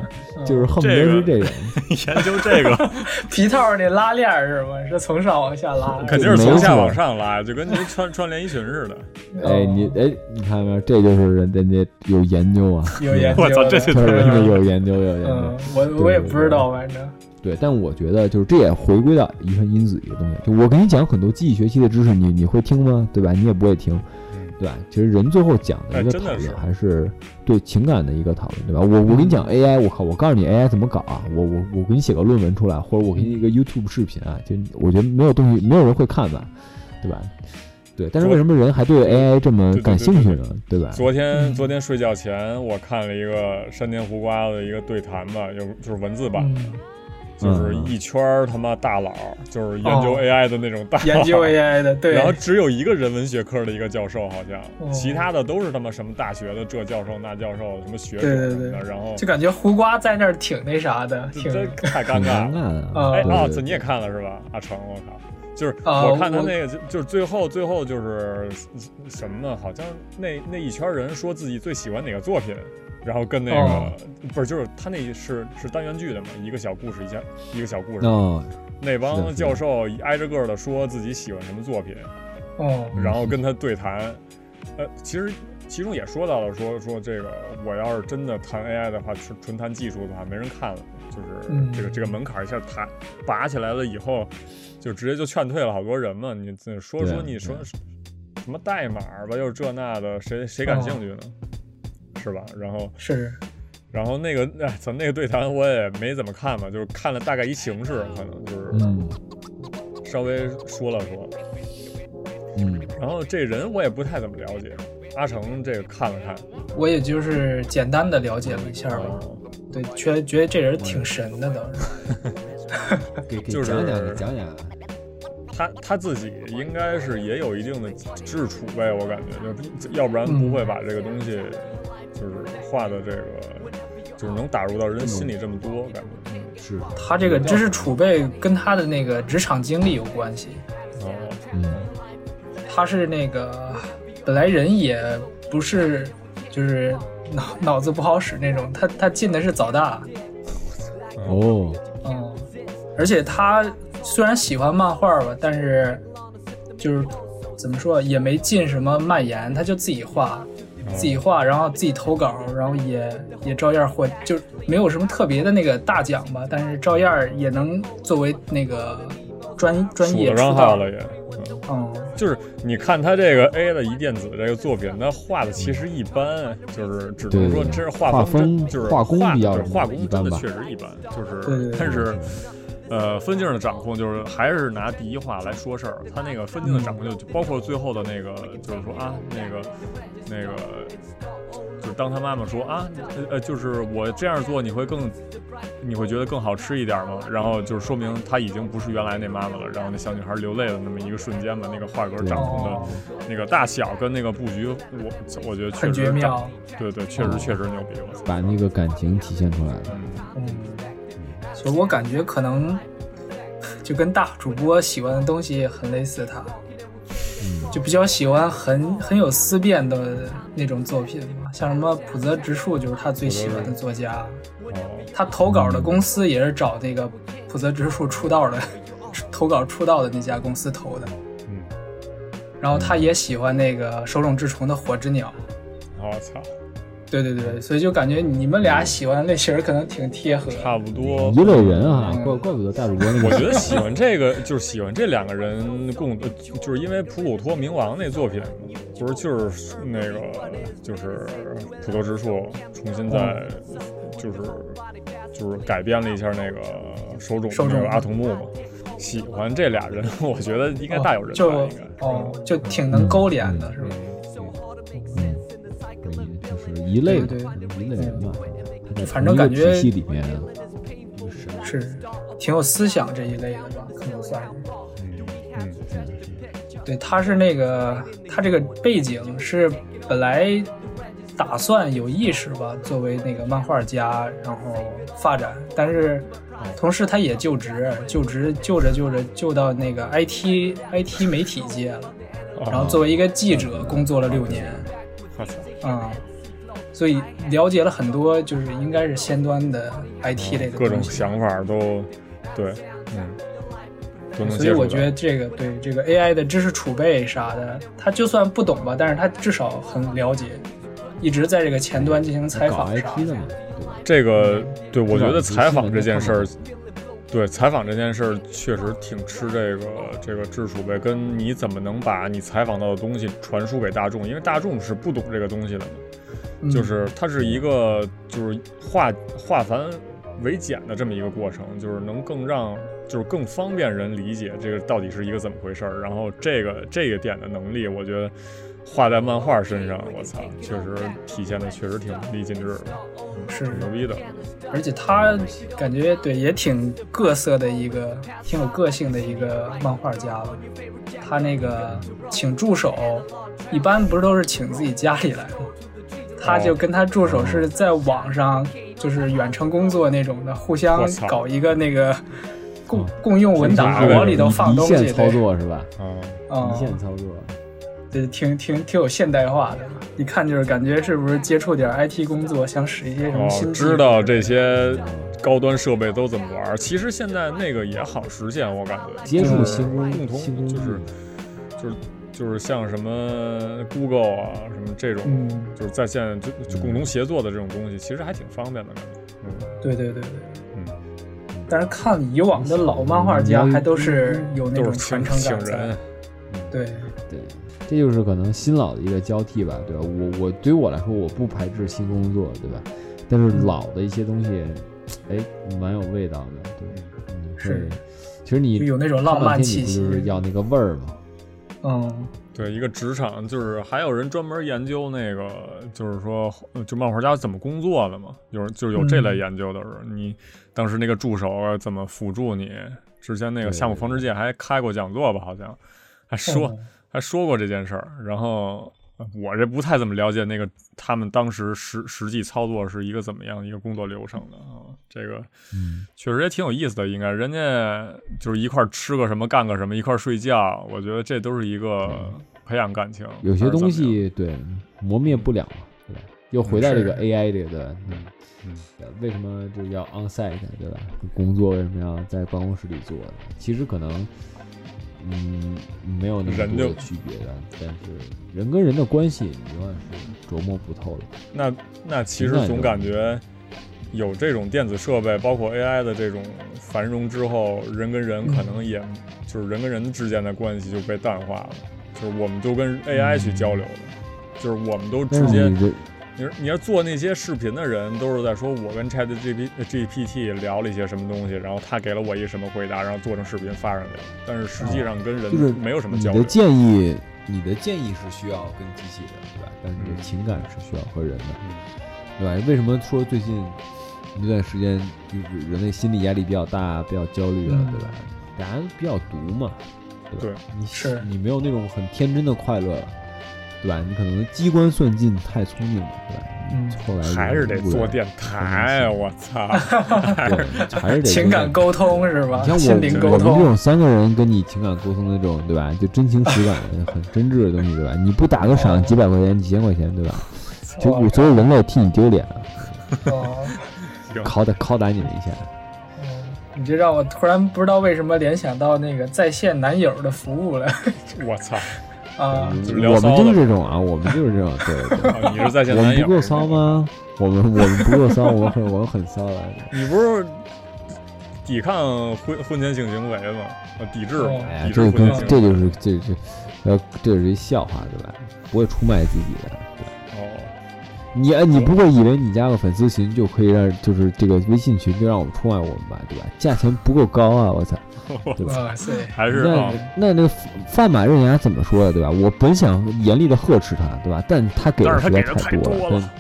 就是恨不得是这种，
研究这个
皮套那拉链儿是吗？是从上往下拉的，
肯定是从下往上拉，就跟您穿穿连衣裙似的。
哦
哎，你哎，你看到没有？这就是人人家有研究啊，
有研 究
我
的，
操这就
就是人家
嗯
有研究有研究
嗯。，我我也不知道，反正
对，但我觉得就是这也回归到遗传因子一个东西，就我跟你讲很多记忆学习的知识，你你会听吗？对吧？你也不会听
嗯，
对吧？其实人最后讲的
哎
一个
真的
讨
是嗯
论还是对情感的一个讨论，对吧？我我跟你讲 AI，我靠，我告诉你 AI 怎么搞啊，我我我给你写个论文出来，或者我给你
嗯
一个 YouTube 视频啊，就我觉得没有东西，没有人会看吧，对吧？对，但是
昨
为什么人还对 AI 这么
对对
感
对
兴趣
对
呢？对吧？
昨天昨天睡觉前，我看了一个山田胡瓜的一个对谈吧，有就是文字版的，
嗯
就是一圈儿他妈大佬，就是研究
哦
AI 的那种大佬，
研究 AI 的，对
然，后只有一个人文学科的一个教授，好像、
哦
其他的都是他妈什么大学的这教授那教授，什么学者
对对
什么的，
对
然后
就感觉胡瓜在那儿挺那啥的，挺
这太尴
很
尬
尴尬
了。
的
啊
哎，
对
哦，
对
这
对
你也看了是吧？阿成，我靠，就是
啊
我看他
我
那个，就就是最后最后就是什么，好像那那一圈人说自己最喜欢哪个作品，然后跟那个、
哦
不是就是他那是是单元剧的嘛，一个小故事一家一个小故事，
哦，
那
是的
帮
是的
教授挨着个儿的说自己喜欢什么作品，
哦，
然
嗯
后跟他对谈。呃，其实其中也说到了说，说这个我要是真的谈 AI 的话，纯纯谈技术的话，没人看了，就是
嗯
这个、这个门槛一下抬拔起来了以后，就直接就劝退了好多人嘛。你这说
对啊
说你说
对啊
什么代码吧，又是这那的，谁谁
嗯
感兴趣呢？是吧？然后，
是
然后那个，哎，咱那个对谈我也没怎么看嘛，就是看了大概一形式，可能就是
嗯
稍微说了说。
嗯，
然后这人我也不太怎么了解，阿成这个看了看，
我也就是简单的了解了一下吧，
嗯
对，觉得觉得这人挺神的，倒是，
给给
就是
讲讲给讲讲啊，
他他自己应该是也有一定的知识储备，我感觉，就要不然不
嗯
会把这个东西就是画的这个，就是能打入到人心里这么多，感觉。嗯
是，
他这个知识储备跟他的那个职场经历有关系。
哦，
嗯，
他是那个本来人也不是，就是脑脑子不好使那种，他他进的是早大，
哦，
嗯，而且他虽然喜欢漫画吧，但是就是怎么说也没进什么漫研，他就自己画，自己画，然后自己投稿，然后也也照样获，就是没有什么特别的那个大奖吧，但是照样也能作为那个专专
数
业
得上
出
号
道，
了也。嗯
嗯，
就是你看他这个 A 的一电子这个作品，他画的其实一般，就是只能说
对
这是
画
风
风
真，就是
画工
画
比较
就是画工
一
真
般
的
吧
确实一般，就
对
是
对对
但是。呃，分镜的掌控就是还是拿第一话来说事儿，他那个分镜的掌控就就包括最后的那个，就是说啊，那个那个，就是当他妈妈说啊，呃呃，就是我这样做你会更，你会觉得更好吃一点吗？然后就是说明他已经不是原来那妈妈了，然后那小女孩流泪的那么一个瞬间吧，那个画格掌控的
哦，
那个大小跟那个布局，我我觉得确
很
实
绝
大
妙，
对对，确实确实牛逼，我操！
把那个感情体现出来了。
嗯
嗯，所以我感觉可能 就跟大主播喜欢的东西很类似他，
嗯
就比较喜欢很很有思辨的那种作品嘛，像什么浦泽直树就是他最喜欢的作家，
哦，
他投稿的公司也是找那个浦泽直树出道的 投稿出道的那家公司投的，
嗯，
然后他也喜欢那个手冢治虫的《火之鸟》。
我操，
对对对，所以就感觉你们俩喜欢的类型儿可能挺贴合。
差不多
一。类人啊，
嗯
怪怪不得大主播那
我
个
觉得喜欢这个，就是喜欢这两个人共，呃就是因为普鲁托冥王那作品，不是就是那个就是普陀之树重新再
嗯
就是就是改编了一下那个手冢
手冢
那个阿童木嘛。喜欢这俩人， 我觉得应该大有人在，
就
应该。嗯
哦，就挺能勾连的，是吧？
就是一类嘛
对对
一类人嘛，他在
反
同
正
一个
感觉
体系里面，啊就是
是，挺有思想这一类的吧，可能算是。
嗯嗯
对，他是那个，他这个背景是本来打算有意识吧，作为那个漫画家，然后发展，但是同时他也就职，就职就着就着就到那个 IT IT 媒体界了，
哦
然后作为一个记者工作了六年。
我操，
啊、所以了解了很多，就是应该是先端的 IT 类的
各种
东西
想法都对，嗯，都能接触到。
所以我觉得这个对这个 AI 的知识储备啥的，他就算不懂吧，但是他至少很了解，一直在这个前端进行采
搞
访啥
IT 的嘛，对吧？
这个，对我觉
知道
得采
你
访
是
这件事儿
看，
对采访这件事儿确实挺吃这个这个知识储备，跟你怎么能把你采访到的东西传输给大众，因为大众是不懂这个东西的嘛。
嗯
就是它是一个就是化化繁为简的这么一个过程，就是能更让就是更方便人理解这个到底是一个怎么回事儿。然后这个这个点的能力，我觉得画在漫画身上，我操，确实体现的确实挺淋漓尽致的，
是
挺牛逼的。
而且他感觉对也挺各色的一个，挺有个性的一个漫画家吧。他那个请助手，一般不是都是请自己家里来
哦
吗？他就跟他助手是在网上，就是远程工作那种的，互相
我操
搞一个那个共
哦
共用文档，
就是
往里头放
一
东
线
西，
操
对，
作是吧？
嗯，
嗯
一，线操作，
对，挺挺挺有现代化的。一看就是感觉是不是接触点 IT 工作，想使一些什么
哦
新，技
知
术
道这些高端设备都怎么玩儿。其实现在那个也好实现，我感觉
接
就是
触新工
共
新
同
工
就
具
是就是就是像什么 Google 啊什么这种，
嗯
就是在线就就共同协作的这种东西，其实还挺方便的感觉。嗯，
对对对对，
嗯。
但是看以往的老漫画家，还都是
嗯
有那
都
种
是
传
请
承
请
感
人
在。，对，
对，这就是可能新老的一个交替吧，对吧？我我对于我来说，我不排斥新工作，对吧？但
嗯
是老的一些东西，哎，蛮有味道的，对，嗯，会
是，
其实你
就有那种浪漫气息
看半天你不就是要那个味儿嘛，
嗯，
对一个职场，就是还有人专门研究那个，就是说，呃就漫画家怎么工作的嘛，有人就是有这类研究的时候，你当时那个助手啊怎么辅助你之前那个
对
夏目
对
风之介还开过讲座吧，好像还说、
嗯
还说过这件事儿。然后呃我这不太怎么了解那个他们当时实实际操作是一个怎么样一个工作流程的啊，这个
嗯，
确实也挺有意思的。应该人家就是一块儿吃个什么，干个什么，一块儿睡觉，我觉得这都是一个培养感情。
嗯有些
还是怎
东
么样
西对磨灭不了嘛，对吧？又回到这个
是
AI 这个对吧？嗯
嗯
呃为什么这要 onsite 对吧？工作为什么要在办公室里做呢？其实可能，嗯，没有那么
人
多
就
的区别的，但是人跟人的关系永远是琢磨不透的。
那那其实
那也
总
就
感觉有这种电子设备，包括 AI 的这种繁荣之后，人跟人可能也、
嗯
就是人跟人之间的关系就被淡化了，就是我们都跟 AI 去交流了，就是我们都直
嗯但
接
是你这
你说你要做那些视频的人，都是在说我跟 Chat G P G P T 聊了一些什么东西，然后他给了我一什么回答，然后做成视频发上去了。但是实际上跟人
啊就是
没有什么
你
交
的
流。啊
建议，你的建议是需要跟机器人，对吧？但是你
嗯
的情感是需要和人的
嗯，
对吧？为什么说最近一段时间就是人类心理压力比较大、比较焦虑啊，
嗯
对吧？大家比较毒嘛，对吧？你
是
你没有那种很天真的快乐了，对吧？你可能机关算尽，太聪明了，对吧？
嗯
后来
还是得
无
做
人
电台，我操！
对， 还是得做
情感沟通是
啊
吧
你？像
心
我
灵
我
沟
们这
通，
种三个人跟你情感沟通的这种，对吧？就真情实感的、很真挚的东西，对吧？你不打个
哦
赏，几百块钱、几千块钱，对吧？就我所有人类替你丢脸啊，
哦
拷打拷打你们一下。
你这让我突然不知道为什么联想到那个在线男友的服务了
我操！
啊！
就是聊
我
骚
们
的
就是这种啊，我们就是这种，对对
啊你是在线
对。我
男
们
友？
不够骚？吗？我们我们不够骚，我们很我们很骚啊来着。
你不是抵抗婚婚前性行为吗？呃，抵制
哦
吗？
哎呀
抵，制
这
婚
跟
前性
这
行为。
就是这这，呃，这是一笑话，对吧？不会出卖自己的。对吧
哦，
你哎，你不会以为你加个粉丝群就可以让，就是这个微信群就让我们出卖我们吧，对吧？价钱不够高啊，我操！对吧？
哇塞，
还是
那
啊，
那那个范马刃牙怎么说的，对吧？我本想严厉的呵斥他，对吧？但他给
但
的
是他
实
给
在
的太
太
多
多
了
了。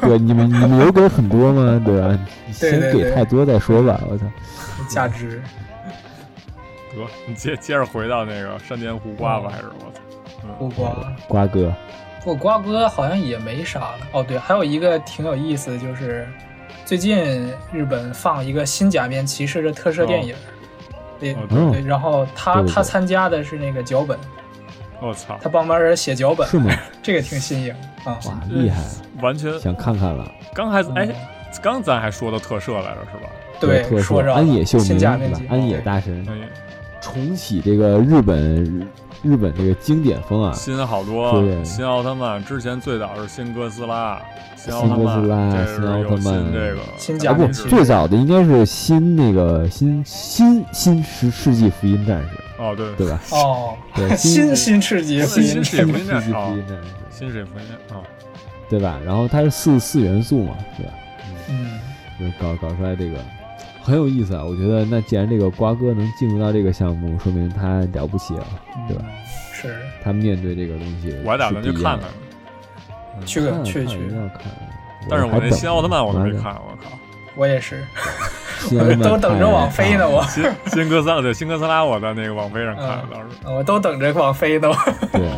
但对，你们你们有给很多吗？对吧？
对
先
对
给
对
太多再说吧，我操！
价值
得你接接着回到那个山田胡瓜
哦
吧，还是我操？嗯
不光。
瓜哥，
我瓜哥好像也没啥了。哦，对，还有一个挺有意思的，就是最近日本放一个新假面骑士的特摄电影，对、
哦
嗯
对，，然后他
对对对
他参加的是那个脚本，
我操！
他帮忙人写脚本，
是 吗？
这个挺新颖啊。
哇，厉害！
完全
想看看了。
刚还哎，刚咱还说到特摄来着是吧？
对
特，
说
说
着
安野秀
新
明，
假面
对吧
骑？
安野大神
哎，
重启这个日本日本这个经典风啊，
新好多，
对
新奥特曼之前最早是新哥斯拉，新奥
新
特
哥斯
曼，
拉
这是
新奥
有
特
新
曼
这个
新
啊
假
不
面
面，
骑士
最早的应该是新那个新新新世世纪福音战士，
哦对
对吧？
哦，
对，
新
世
新世纪福
新
音
世纪福音战
世
士
纪福
哦
音战士，
新水福音啊，
对吧？然后它是四四元素嘛，对吧？
嗯，
就是搞搞出来这个很有意思啊。我觉得那既然这个瓜哥能进入到这个项目，说明他了不起啊，
嗯
对吧？
是
他面对这个东西，
我还打算去看看，，
去个
看
去
看一
去
定，要看。
但是我
还
那
等
新奥特曼我都没
着呢
看，我靠。
我也是，
新奥
我
特曼
都等着网飞呢，
太
我
新新哥斯拉对新哥斯拉，我在那个网飞上看了，当时
我都等着网飞呢，我
对，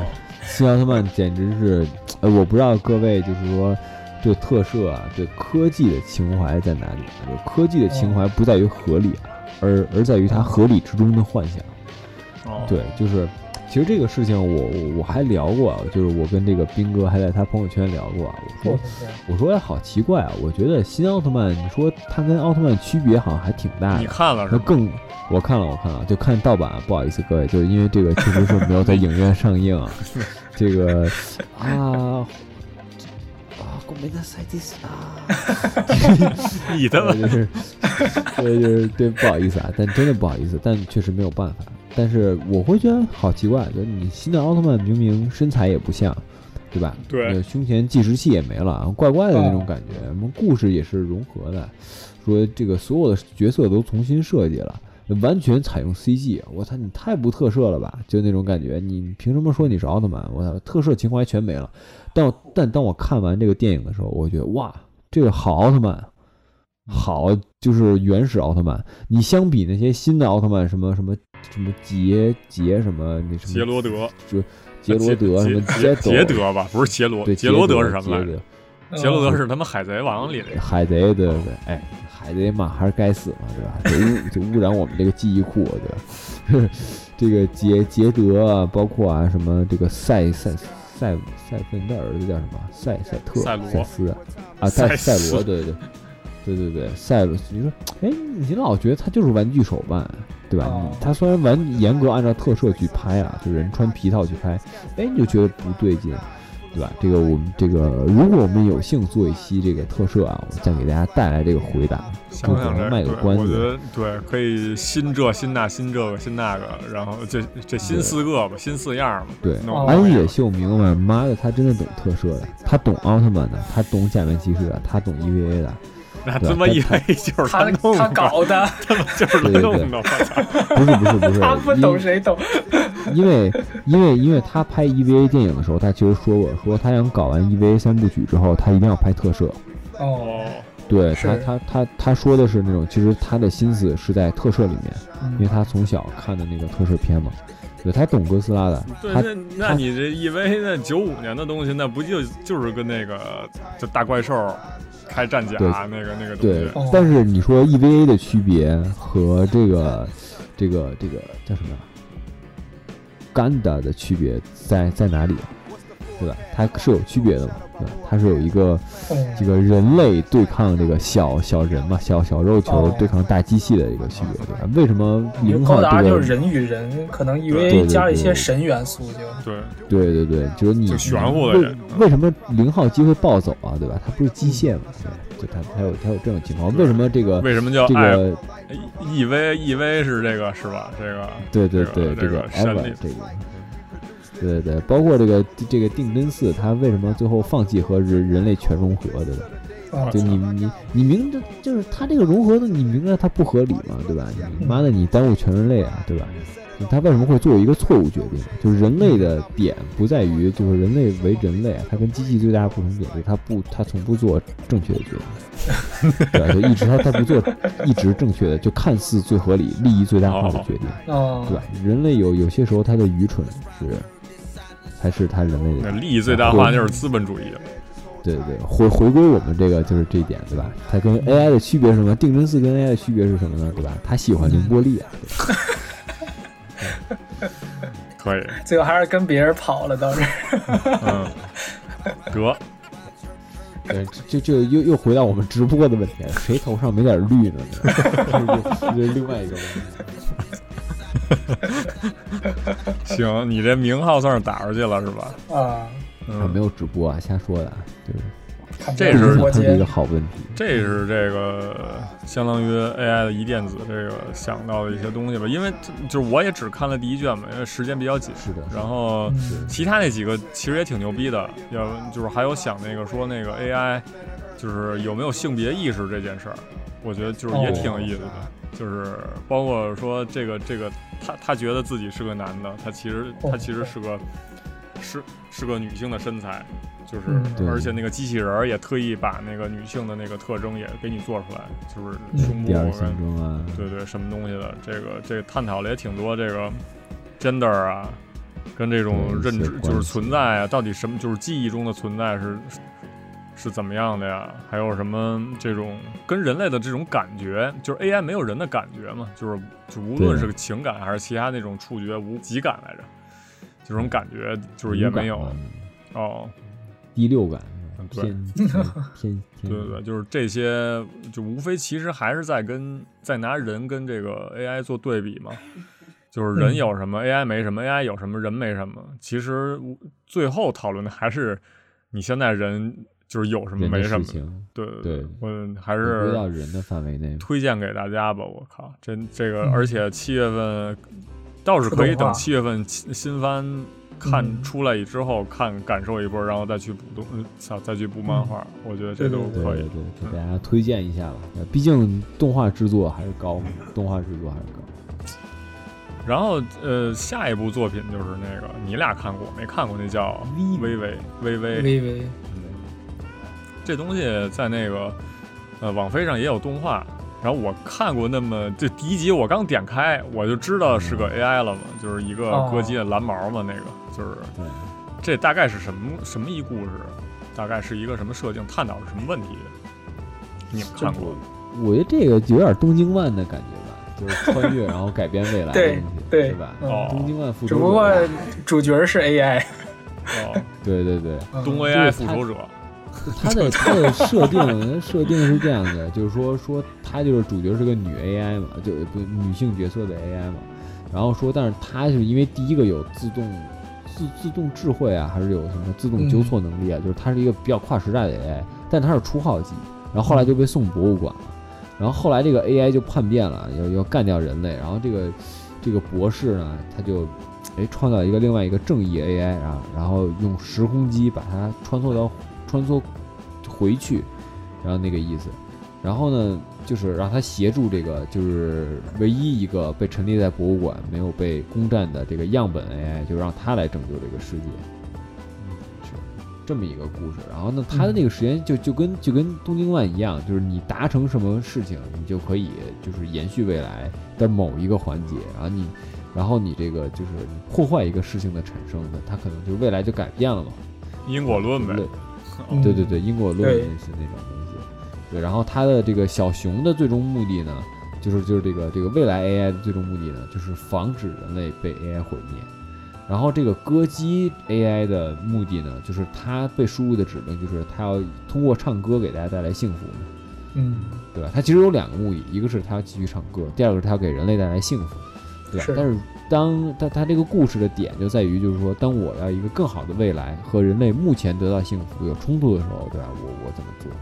新奥特曼简直是，呃，我不知道各位就是说对特摄啊，对科技的情怀在哪里？啊就科技的情怀不在于合理啊，而而在于它合理之中的幻想。
哦，
对，就是其实这个事情我我我还聊过啊，就是我跟这个斌哥还在他朋友圈聊过啊，我
哦
说。我说哎，好奇怪啊！我觉得新奥特曼，你说它跟奥特曼区别好像还挺大的。
哦你看了是
那
吗？
更，我看了，我看了，就看盗版，不好意思各位，就是因为这个确实是没有在影院上 映啊，这个啊啊，我没得塞迪斯啊，
你的
对就是，对就是对，不好意思啊，但真的不好意思，但确实没有办法。但是我会觉得好奇怪，就是你新的奥特曼明明身材也不像，对吧？
对啊
呃胸前计时器也没了，啊怪怪的那种感觉。我们故事也是融合的，说这个所有的角色都重新设计了。完全采用 CG，我操，你太不特摄了吧？就那种感觉，你凭什么说你是奥特曼？我操，特摄情怀全没了。但我但当我看完这个电影的时候，我觉得哇，这个好奥特曼，
嗯
好，就是原始奥特曼。你相比那些新的奥特曼，什么什么什么杰杰什么那什么
杰罗德、
杰罗德什
杰
么
杰
斗
杰德吧，不是杰罗，
对
杰罗德是什么来
杰
着？
德
杰
嗯
罗德是他妈海贼王里的
海贼，对对对，哎，海贼嘛，还是该死嘛，对吧？得污 得污染我们这个记忆库，对吧？ 就是这个杰杰德啊，包括啊什么这个赛赛赛赛芬的儿子叫什么？赛赛特
赛罗
赛斯啊啊
赛
赛
斯
赛罗，对对对对对对赛罗，你说，哎，你老觉得他就是玩具手办，对吧？
哦
你他虽然完严格按照特摄去拍啊，就人穿皮套去拍，哎，你就觉得不对劲，对吧？这个我们这个，如果我们有幸做一期这个特摄啊，我再给大家带来这个回答，
想
正
想
好
这，
卖
对，
个关
我觉
子。
得对，可以新这新那新这个新那个，然后这这新四个吧，新四样吧。
对，
弄
安野秀明嘛，妈的，他真的懂特摄呀，他懂奥特曼的，他懂假面骑士的，他懂 EVA 的，
那
对
他妈
他
以为就是
他
弄
他
的，
搞的，
就是他
对对对
弄的，我操！
不是不是不是，
他不
因
懂谁懂？
因为因为因为他拍 EVA 电影的时候，他其实说过，说他想搞完 EVA 三部曲之后，他一定要拍特摄。
哦，
哦，
对他
是
他他他说的是那种，其实他的心思是在特摄里面，因为
嗯
他从小看的那个特摄片嘛。对，他懂哥斯拉的，
对，
他
那那你这 EV 那九五年的东西，那不就就是跟那个就大怪兽开战甲
对
那个那个东
对
西，
哦，
但是你说 EVA 的区别和这个这个这个叫什么？Ganda 的区别在在哪里？啊对吧？它是有区别的嘛？对吧？它是有一个
哦
这个人类对抗这个小小人嘛，小小肉球
哦
对抗大机器的一个区别，对吧？为什么
因为
零
高
号
达
这
啊就
个
是人与人，可能
对
EVA
对
加了一
对
些
对
神元素就，
对，
对对对，就是你
就玄乎的人嗯
为为什么零号机会暴走啊？对吧？它不是机械嘛？对，就它它有它有这种情况。为什么这个
为什么叫
呃
哎
这
爱
个
EV EV 是这个是吧？这个
对对
这
对，
个这
这个
个
Eva
山里
这个，对对对，包括这个这个定真寺，它为什么最后放弃和人人类全融合，对吧？
哦
就
啊
你你你明着就是它这个融合的，你明着它不合理嘛，对吧？你妈的，你耽误全人类啊，对吧？它为什么会做一个错误决定？就是人类的点不在于就是人类为人类啊，它跟机器最大的不同点就是它不它从不做正确的决定，对吧？就一直它它不做一直正确的，就看似最合理、利益最大化的决定。
哦，
对吧？人类有有些时候他的愚蠢是，才是他人类
那
的，
利益最大
嗯
化就是资本主义，
对对对，回回归我们这个就是这一点，对吧？它跟 AI 的区别是什么？定真寺跟 AI 的区别是什么呢？对吧？他喜欢凌波丽啊，对吧
可以，
最后还是跟别人跑了，倒 是，
嗯，得，
对，这这这又又回到我们直播的问题了，谁头上没点绿呢？ 这这是另外一个问题。
行，你这名号算是打出去了是吧？
啊，
啊，没
嗯，
有直播啊，瞎说的啊，就是
看
这
别人
是
过
它是一
街
个，好问题。
这是这个相当于 AI 的一电子这个想到的一些东西吧，因为这就是我也只看了第一卷嘛，因为时间比较紧，
是的，
然后
嗯
其他那几个其实也挺牛逼的，要不就是还有想那个说那个 AI 就是有没有性别意识这件事儿，我觉得就是
哦
也挺有意思的，就是包括说这个这个他他觉得自己是个男的，他其实
哦
他其实是个是是个女性的身材，就是、
嗯
对
而且那个机器人儿也特意把那个女性的那个特征也给你做出来，就是
嗯
胸部
第二
跟
象征啊，
对对，什么东西的，这个这个探讨了也挺多，这个 gender 啊，跟这种
对
认
嗯一些
知就是
关系
存在啊，到底什么就是记忆中的存在是是是怎么样的呀？还有什么这种跟人类的这种感觉，就是 AI 没有人的感觉嘛，就是就无论
对
是个情感还是其他那种触觉无极感来着，这种感觉就是也
五感啊
没有
嘛
哦。
第六感
嗯，对
偏偏
对
偏
对对，就是这些，就无非其实还是在跟在拿人跟这个 AI 做对比嘛，就是人
嗯
有什么、a i 没什么，AI 有什么，人没什么。其实无最后讨论的还是你现在人就是有什么
人
没
的
什
事
么。
情，
对
对
我还
回
是
到人的范围内。
推荐给大家吧。我靠，这这个，
嗯
而且七月份倒是可以
自动
等
化
七月份新新番看
嗯
出来之后看感受一波，然后再去补动，呃操再去补漫
嗯
画，我觉得这
对
都
对
对
可以
对。对，给大家推荐一下吧。毕竟动画制作还是高嘛，动画制作还是高。
然后呃，下一部作品就是那个你俩看过没看过？那叫《微微微微》
微微，
这东西在那个呃，网飞上也有动画。然后我看过那么这第一集，我刚点开我就知道是个 AI 了嘛，就是一个
哦
歌姬的蓝毛嘛，那个就是
对
这大概是什么什么一故事，大概是一个什么设定，探讨是什么问题？你们看过吗？
我觉得这个有点东京万的感觉吧， 就是穿越然后改变未来的
对
东西，
对
是吧？
嗯
哦
东京万复
只
仇者
不过主角是 AI，
哦，
对对对，
嗯
东
就是
AI 复
他
仇者，
它的它的设定设定是这样的，就是说说她就是主角是个女 AI 嘛，就不女性角色的 AI 嘛，然后说但是她是因为第一个有自动自自动智慧啊，还是有什么自动纠错能力啊，就是她是一个比较跨时代的 AI，但她是初号机，然后后来就被送博物馆了，然后后来这个 AI 就叛变了，要要干掉人类，然后这个这个博士呢，他就。哎，创造一个另外一个正义 AI，然后然后用时空机把它穿梭到穿梭回去，然后那个意思。然后呢，就是让他协助这个，就是唯一一个被陈列在博物馆没有被攻占的这个样本 AI，就让他来拯救这个世界。嗯，是这么一个故事。然后呢，他的那个时间就就跟就跟东京万一样，就是你达成什么事情，你就可以就是延续未来的某一个环节，然后你。然后你这个就是你破坏一个事情的产生的，它可能就是未来就改变了嘛，
因果论呗
对。
嗯
对对对，因果论
对
也是那种东西。对，然后它的这个小熊的最终目的呢，就是就是这个这个未来 AI 的最终目的呢，就是防止人类被 AI 毁灭。然后这个歌姬 AI 的目的呢，就是它被输入的指令就是它要通过唱歌给大家带来幸福嘛，
嗯，
对吧？它其实有两个目的，一个是它要继续唱歌，第二个是它要给人类带来幸福，对吧？
是
但是当它它这个故事的点就在于，就是说，当我要一个更好的未来和人类目前得到幸福有冲突的时候，对吧？我我怎么做？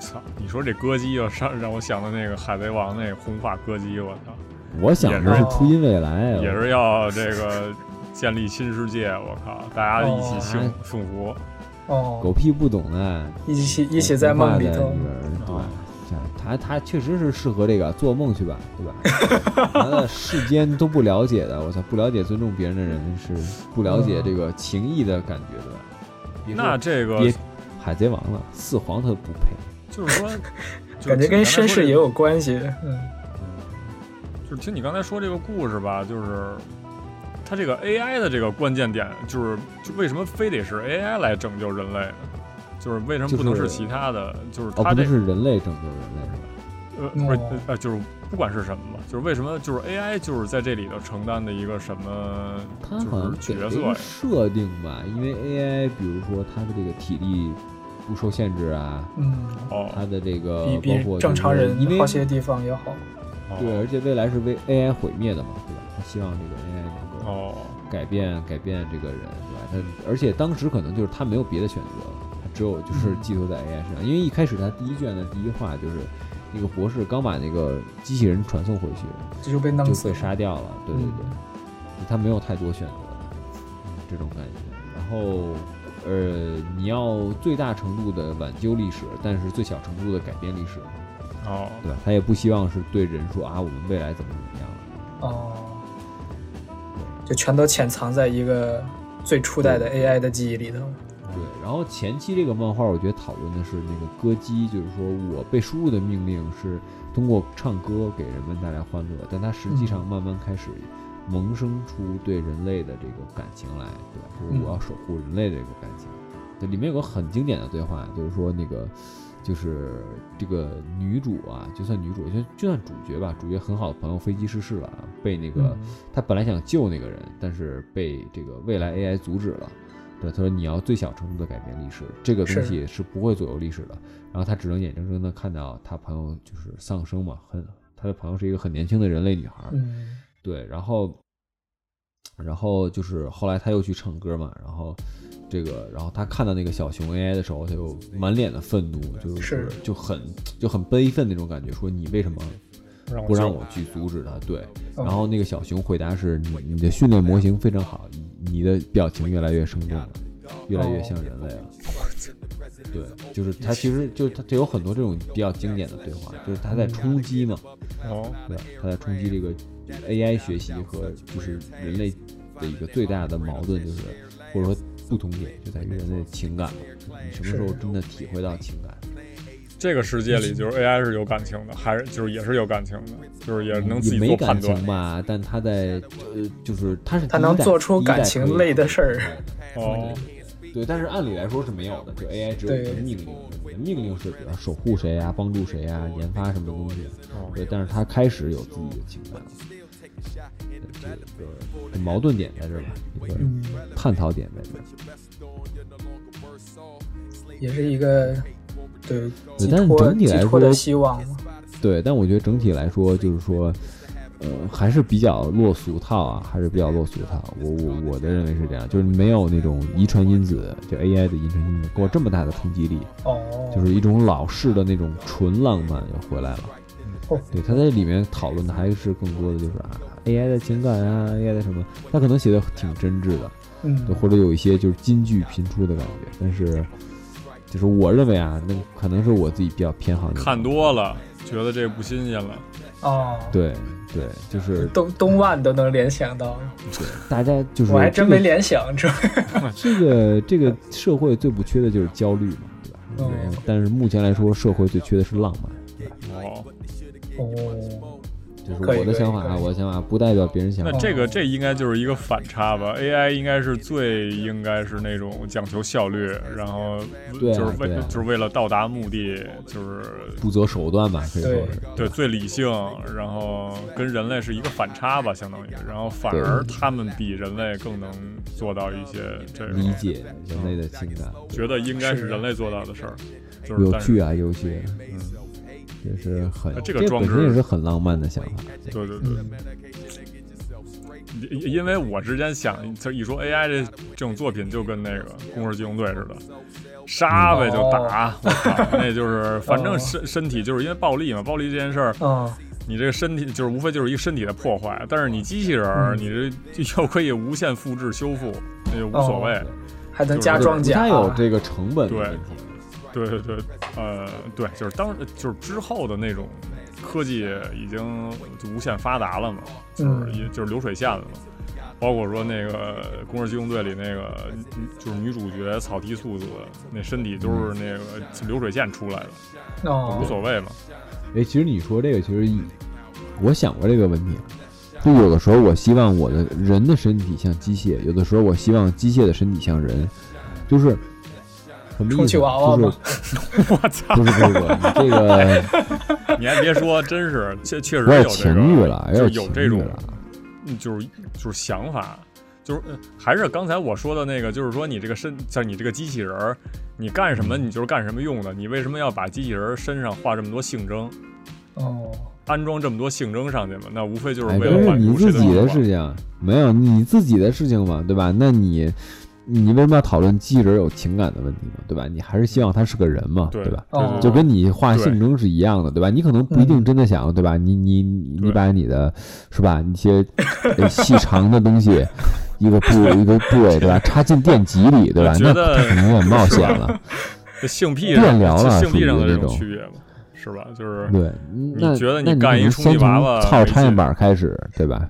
操，你说这歌姬要上，让我想到那个《海贼王》那个红发歌姬，我操，
我想的是初音未来，
也是要这个建立新世界，我靠，大家一起幸
哦
幸福。
我
哦，
狗屁不懂啊！
一起一起在梦里
我
头啊
爸的，女儿，对
哦
吧？他他确实是适合这个，做梦去吧，对吧？ 他的世间都不了解的，我操，不了解尊重别人的人是不了
嗯
解这个情谊的感觉的。别说
那这个
别海贼王了，四皇他都不配。
就是说，就是
感觉
简单
跟
来
绅
说
士
这
也有关系。嗯，
就是听你刚才说这个故事吧，就是它这个 AI 的这个关键点，就是就为什么非得是 AI 来拯救人类呢？就是为什么不能
就是
是其他的？就是
哦，
它
不
这
能是人类拯救人类是吧？
呃不是
哦
呃就是不管是什么吧，就是为什么就是 AI 就是在这里头承担的一个什么
他好
就
像
是
给
角
了
色
一
呀
个？设定吧，因为 AI，比如说他的这个体力不受限制啊，
嗯，
哦
他的这个
比
呃包
比
括
正常人
因为
好些地方要好。
哦
对，而且未来是为 AI 毁灭的嘛，对吧？他希望这个 AI 能够
哦
改变改变这个人，对吧？他而且当时可能就是他没有别的选择了，他只有
嗯
就是寄托在 AI 身上，因为一开始他第一卷的第一话就是那个博士刚把那个机器人传送回去，
这就被弄
就
死
被
了。嗯
杀掉了。对对对，他没有太多选择，嗯这种感觉。然后，呃，你要最大程度的挽救历史，但是最小程度的改变历史，
哦，
对吧？他也不希望是对人说啊，我们未来怎么怎么样了。
哦，就全都潜藏在一个最初代的 AI 的记忆里头。
对，然后前期这个漫画，我觉得讨论的是那个歌姬，就是说我被输入的命令是通过唱歌给人们带来欢乐，但它实际上慢慢开始萌生出对人类的这个感情来，对吧？就是我要守护人类的这个感情。对，里面有个很经典的对话，就是说那个，就是这个女主啊，就算女主，就就算主角吧，主角很好的朋友飞机失事了啊，被那个、
嗯
他本来想救那个人，但是被这个未来 AI 阻止了。对，他说你要最小程度的改变历史，这个东
是
西是不会左右历史的。然后他只能眼睁睁的看到他朋友就是丧生嘛，很他的朋友是一个很年轻的人类女孩，
嗯，
对，然后，然后就是后来他又去唱歌嘛，然后这个，然后他看到那个小熊 AI 的时候，他就满脸的愤怒，就是
是
就很就很悲愤那种感觉，说你为什么
让我
不让
救
我去阻止他？对，然后那个小熊回答是你你的训练模型非常好，你你的表情越来越生动了。越来越像人类了，对，就是他其实就是他，就有很多这种比较经典的对话，就是他在冲击嘛，
哦
对吧？它在冲击这个 AI 学习和就是人类的一个最大的矛盾，就是或者说不同点就在于人类的情感嘛，你什么时候真的体会到情感？
这个世界里，就是 AI 是有感情的，还是就是也是有感情的，就是也能自己做
也没
判
感
断
情。吧，但他在呃，就是他是
他
第一
能
代
做出
第一代
感
可
情
以
类的事儿。
哦，
对，但是按理来说是没有的，就 AI 只有
对
一个命令，你的命令是比较守护谁啊，帮助谁啊，研发什么东西，啊
哦
对，但是它开始有自己的情感了，对这个矛盾点在这儿吧，一个
嗯
探讨点在这儿，
也是一个对寄
但是
托
整体
寄
来
托的
说
希望嘛。
对，但我觉得整体来说就是说，呃，还是比较落俗套啊，还是比较落俗套，我我我的认为是这样，就是没有那种遗传因子，就 AI 的遗传因子给我这么大的冲击力，
哦，
就是一种老式的那种纯浪漫又回来了。
哦
对，他在里面讨论的还是更多的就是啊，AI 的情感啊，AI 的什么，他可能写的挺真挚的，对，
嗯，
或者有一些就是金句频出的感觉。但是，就是我认为啊，那可能是我自己比较偏好那种
看。多了，觉得这不新鲜了。
哦，
对对，就是
东东万都能联想到，
大家就是
我还真没
这个
联想这。
这个这个社会最不缺的就是焦虑嘛，对吧？
哦
然后但是目前来说，社会最缺的是浪漫。
哦，
哦，
就是
可以
我的
可以
想法啊，
可以
我的想法不代表别人想
那
法。
这个这应该就是一个反差吧？AI 应该是最应该是那种讲求效率，然后
对啊
就是为
对啊
就是为了到达目的，就是
不择手段吧，可以说
对
是。
对最理性，然后跟人类是一个反差吧，相当于，然后反而他们比人类更能做到一些这种
理解人类的情感，
觉得应该是人类做到的事儿，就是
有
但
趣
是
啊，有些也是很
嗯那，这个
这
装
本
置
身也是很浪漫的想法。
对对对。
嗯
嗯
因因为我之前想，就一说 AI 这这种作品，就跟那个《攻壳机动队》似的，杀呗就打，我
嗯
操，那就是反正身身体就是因为暴力嘛，暴力这件事儿，
嗯，
你这个身体就是无非就是一个身体的破坏，但是你机器人
嗯
儿，你这就又可以无限复制修复，那就无所谓。
哦
还能加装甲。啊
它有这个成本的问题，
对对对，呃，对，就是当就是之后的那种科技已经就无限发达了嘛，就是
嗯
也就是流水线了嘛。包括说那个《攻壳机动队》里那个女就是女主角草剃素子，那身体都是那个流水线出来的，无
哦，
所谓嘛。
哎，其实你说这个，其实我想过这个问题。就有的时候，我希望我的人的身体像机械；有的时候，我希望机械的身体像人。就是什么意
充
思
气娃娃
呢？
吗
就 是
我操！哎
不是不是不是，你这个
你还别说，真是确确实
我
有
有
这
情
个，
欲了，
就
有
是有
情
这
欲
种
了。
嗯就是就是想法，就是呃还是刚才我说的那个，就是说你这个身，像你这个机器人儿，你干什么你就是干什么用的，你为什么要把机器人儿身上画这么多性征，
哦，
安装这么多性征上去嘛？那无非就是
哎，
为
这
了
是
满
你
足
自
谁
己
欲
的
望
事情，啊没有你自己的事情嘛，对吧？那你，你为什么要讨论机器人有情感的问题嘛，对吧？你还是希望他是个人嘛，
对
吧？
对对
哦
对
就跟你画
嗯对嗯
性征是一样的，对吧？你可能不一定真的想，对吧？你你你
对
你把你的，是吧？一些呃细长的东西，一个部一个部位，对吧？插进电极里，对吧
我？觉
那
得
可能有点冒险了，
这性癖
电
上
疗
这
了
性癖
属于
上的
那
这种
种
区别嘛，是吧？就是
对。嗯那
觉得你
那
干一个
可能
充气
先从
娃娃
操
为
插线
进
板开始，对吧？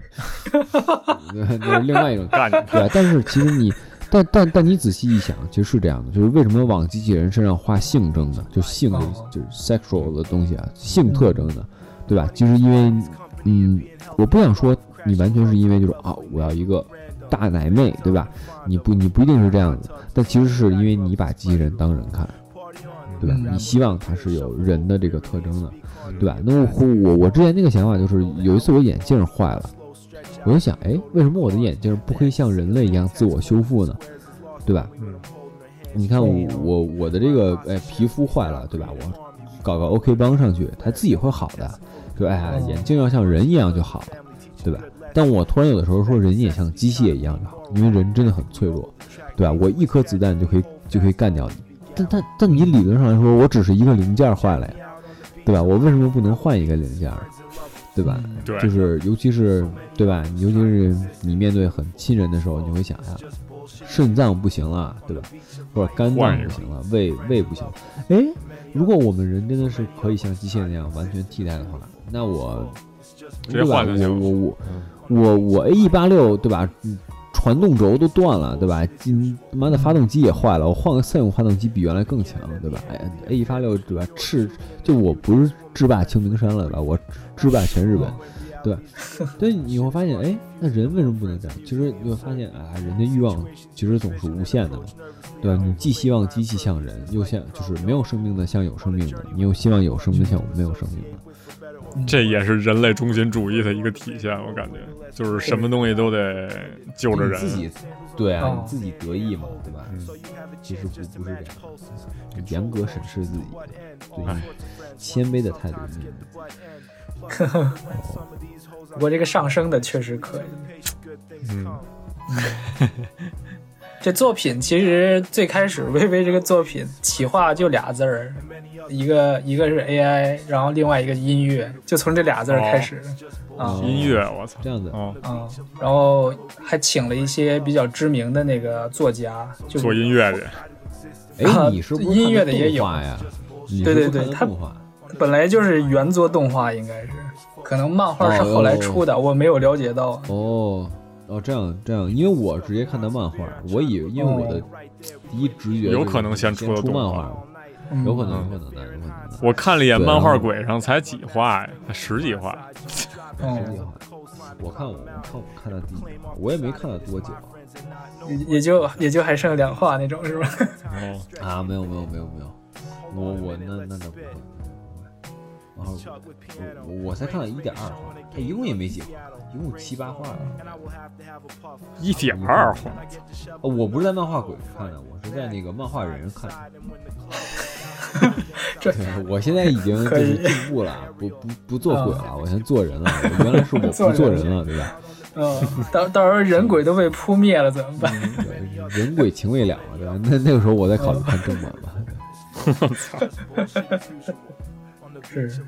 那那是另外一种
干
对，啊但是其实你，但但但你仔细一想，其实是这样的，就是为什么往机器人身上画性征呢？就性征
哦
就是 sexual 的东西啊，性特征呢，对吧？就是因为，嗯，我不想说你完全是因为就是啊，我要一个大奶妹，对吧？你不你不一定是这样子，但其实是因为你把机器人当人看。对吧？
嗯
你希望它是有人的这个特征的，对吧？那我我我之前那个想法就是，有一次我眼镜坏了，我就想，哎，为什么我的眼镜不可以像人类一样自我修复呢？对吧？你看我我我的这个哎皮肤坏了，对吧？我搞个 OK 帮上去，它自己会好的。就哎呀，眼镜要像人一样就好了，对吧？但我突然有的时候说人也像机械一样就好，因为人真的很脆弱，对吧？我一颗子弹就可以就可以干掉你，但但但你理论上来说，我只是一个零件坏了呀，对吧？我为什么不能换一个零件儿，嗯对吧？
对
就是尤其是对吧？尤其是你面对很亲人的时候，你会想呀，肾脏不行了，对吧？或者肝
换
脏
一个
不行了，胃胃不行。哎，如果我们人真的是可以像机械那样完全替代的话，那我
直接换就
对吧
行
我我我我我 A E 八六对吧？嗯传动轴都断了，对吧？今妈的发动机也坏了，我换个赛用发动机比原来更强，对吧？哎，A 一发六对吧？赤就我不是制霸秋名山了，对吧？我制霸全日本，对吧？所以你会发现，哎，那人为什么不能这样？其实你会发现啊，人的欲望其实总是无限的嘛，对吧？你既希望机器像人，又像就是没有生命的像有生命的，你又希望有生命的像我们没有生命的。
这也是人类中心主义的一个体现，我感觉就是什么东西都得就着
你
人嗯
自。己，对啊，
哦
你自己得意嘛，对吧？其实不不是这样，你严格审视自己，对
哎，
谦卑的态度面对。
不过这个上升的确实可以。
嗯，
这作品其实最开始微微这个作品企划就俩字儿，一个一个是 AI，然后另外一个音乐，就从这俩字儿开始。啊
哦音乐，我操，
哦这样子
哦，
啊、然后还请了一些比较知名的那个作家，就
做音乐的，
哎，你是不是看
音乐的也有
动画呀？你
对
是
对
不是看
对
的
它
动画。
本来就是原作动画，应该是，可能漫画是后来出的，我没有了解到。
哦哦，这样这样，因为我直接看的漫画，我以因为我
哦
的第一直觉
有
就是
可能先出
出
的动
漫
画
画，
嗯
有可能有可能的，有可能的。
我看了一眼
对
漫画
然后
鬼上才几话呀，才十几话，
实际
嗯，
上我看我看我看到第一话，我也没看到多久啊
也也就也就还剩两话那种，是吧？
哦，
啊，没有没有没有没有，我我那那倒不会。然后我我我才看了一点二话，它一共也没几话，一共七八话。
一点二话，
哦，我不是在漫画鬼看的，我是在那个漫画人看的。
这
对，我现在已经就
可
是
以啊
进步了，啊不不不做鬼了，我现在做人了。我原来 是我不做
做
人
人
了，对吧？
嗯，到到时候人鬼都被扑灭了怎么办？
对人鬼情未了嘛，对吧？那那个时候我再考虑看正版吧。
是，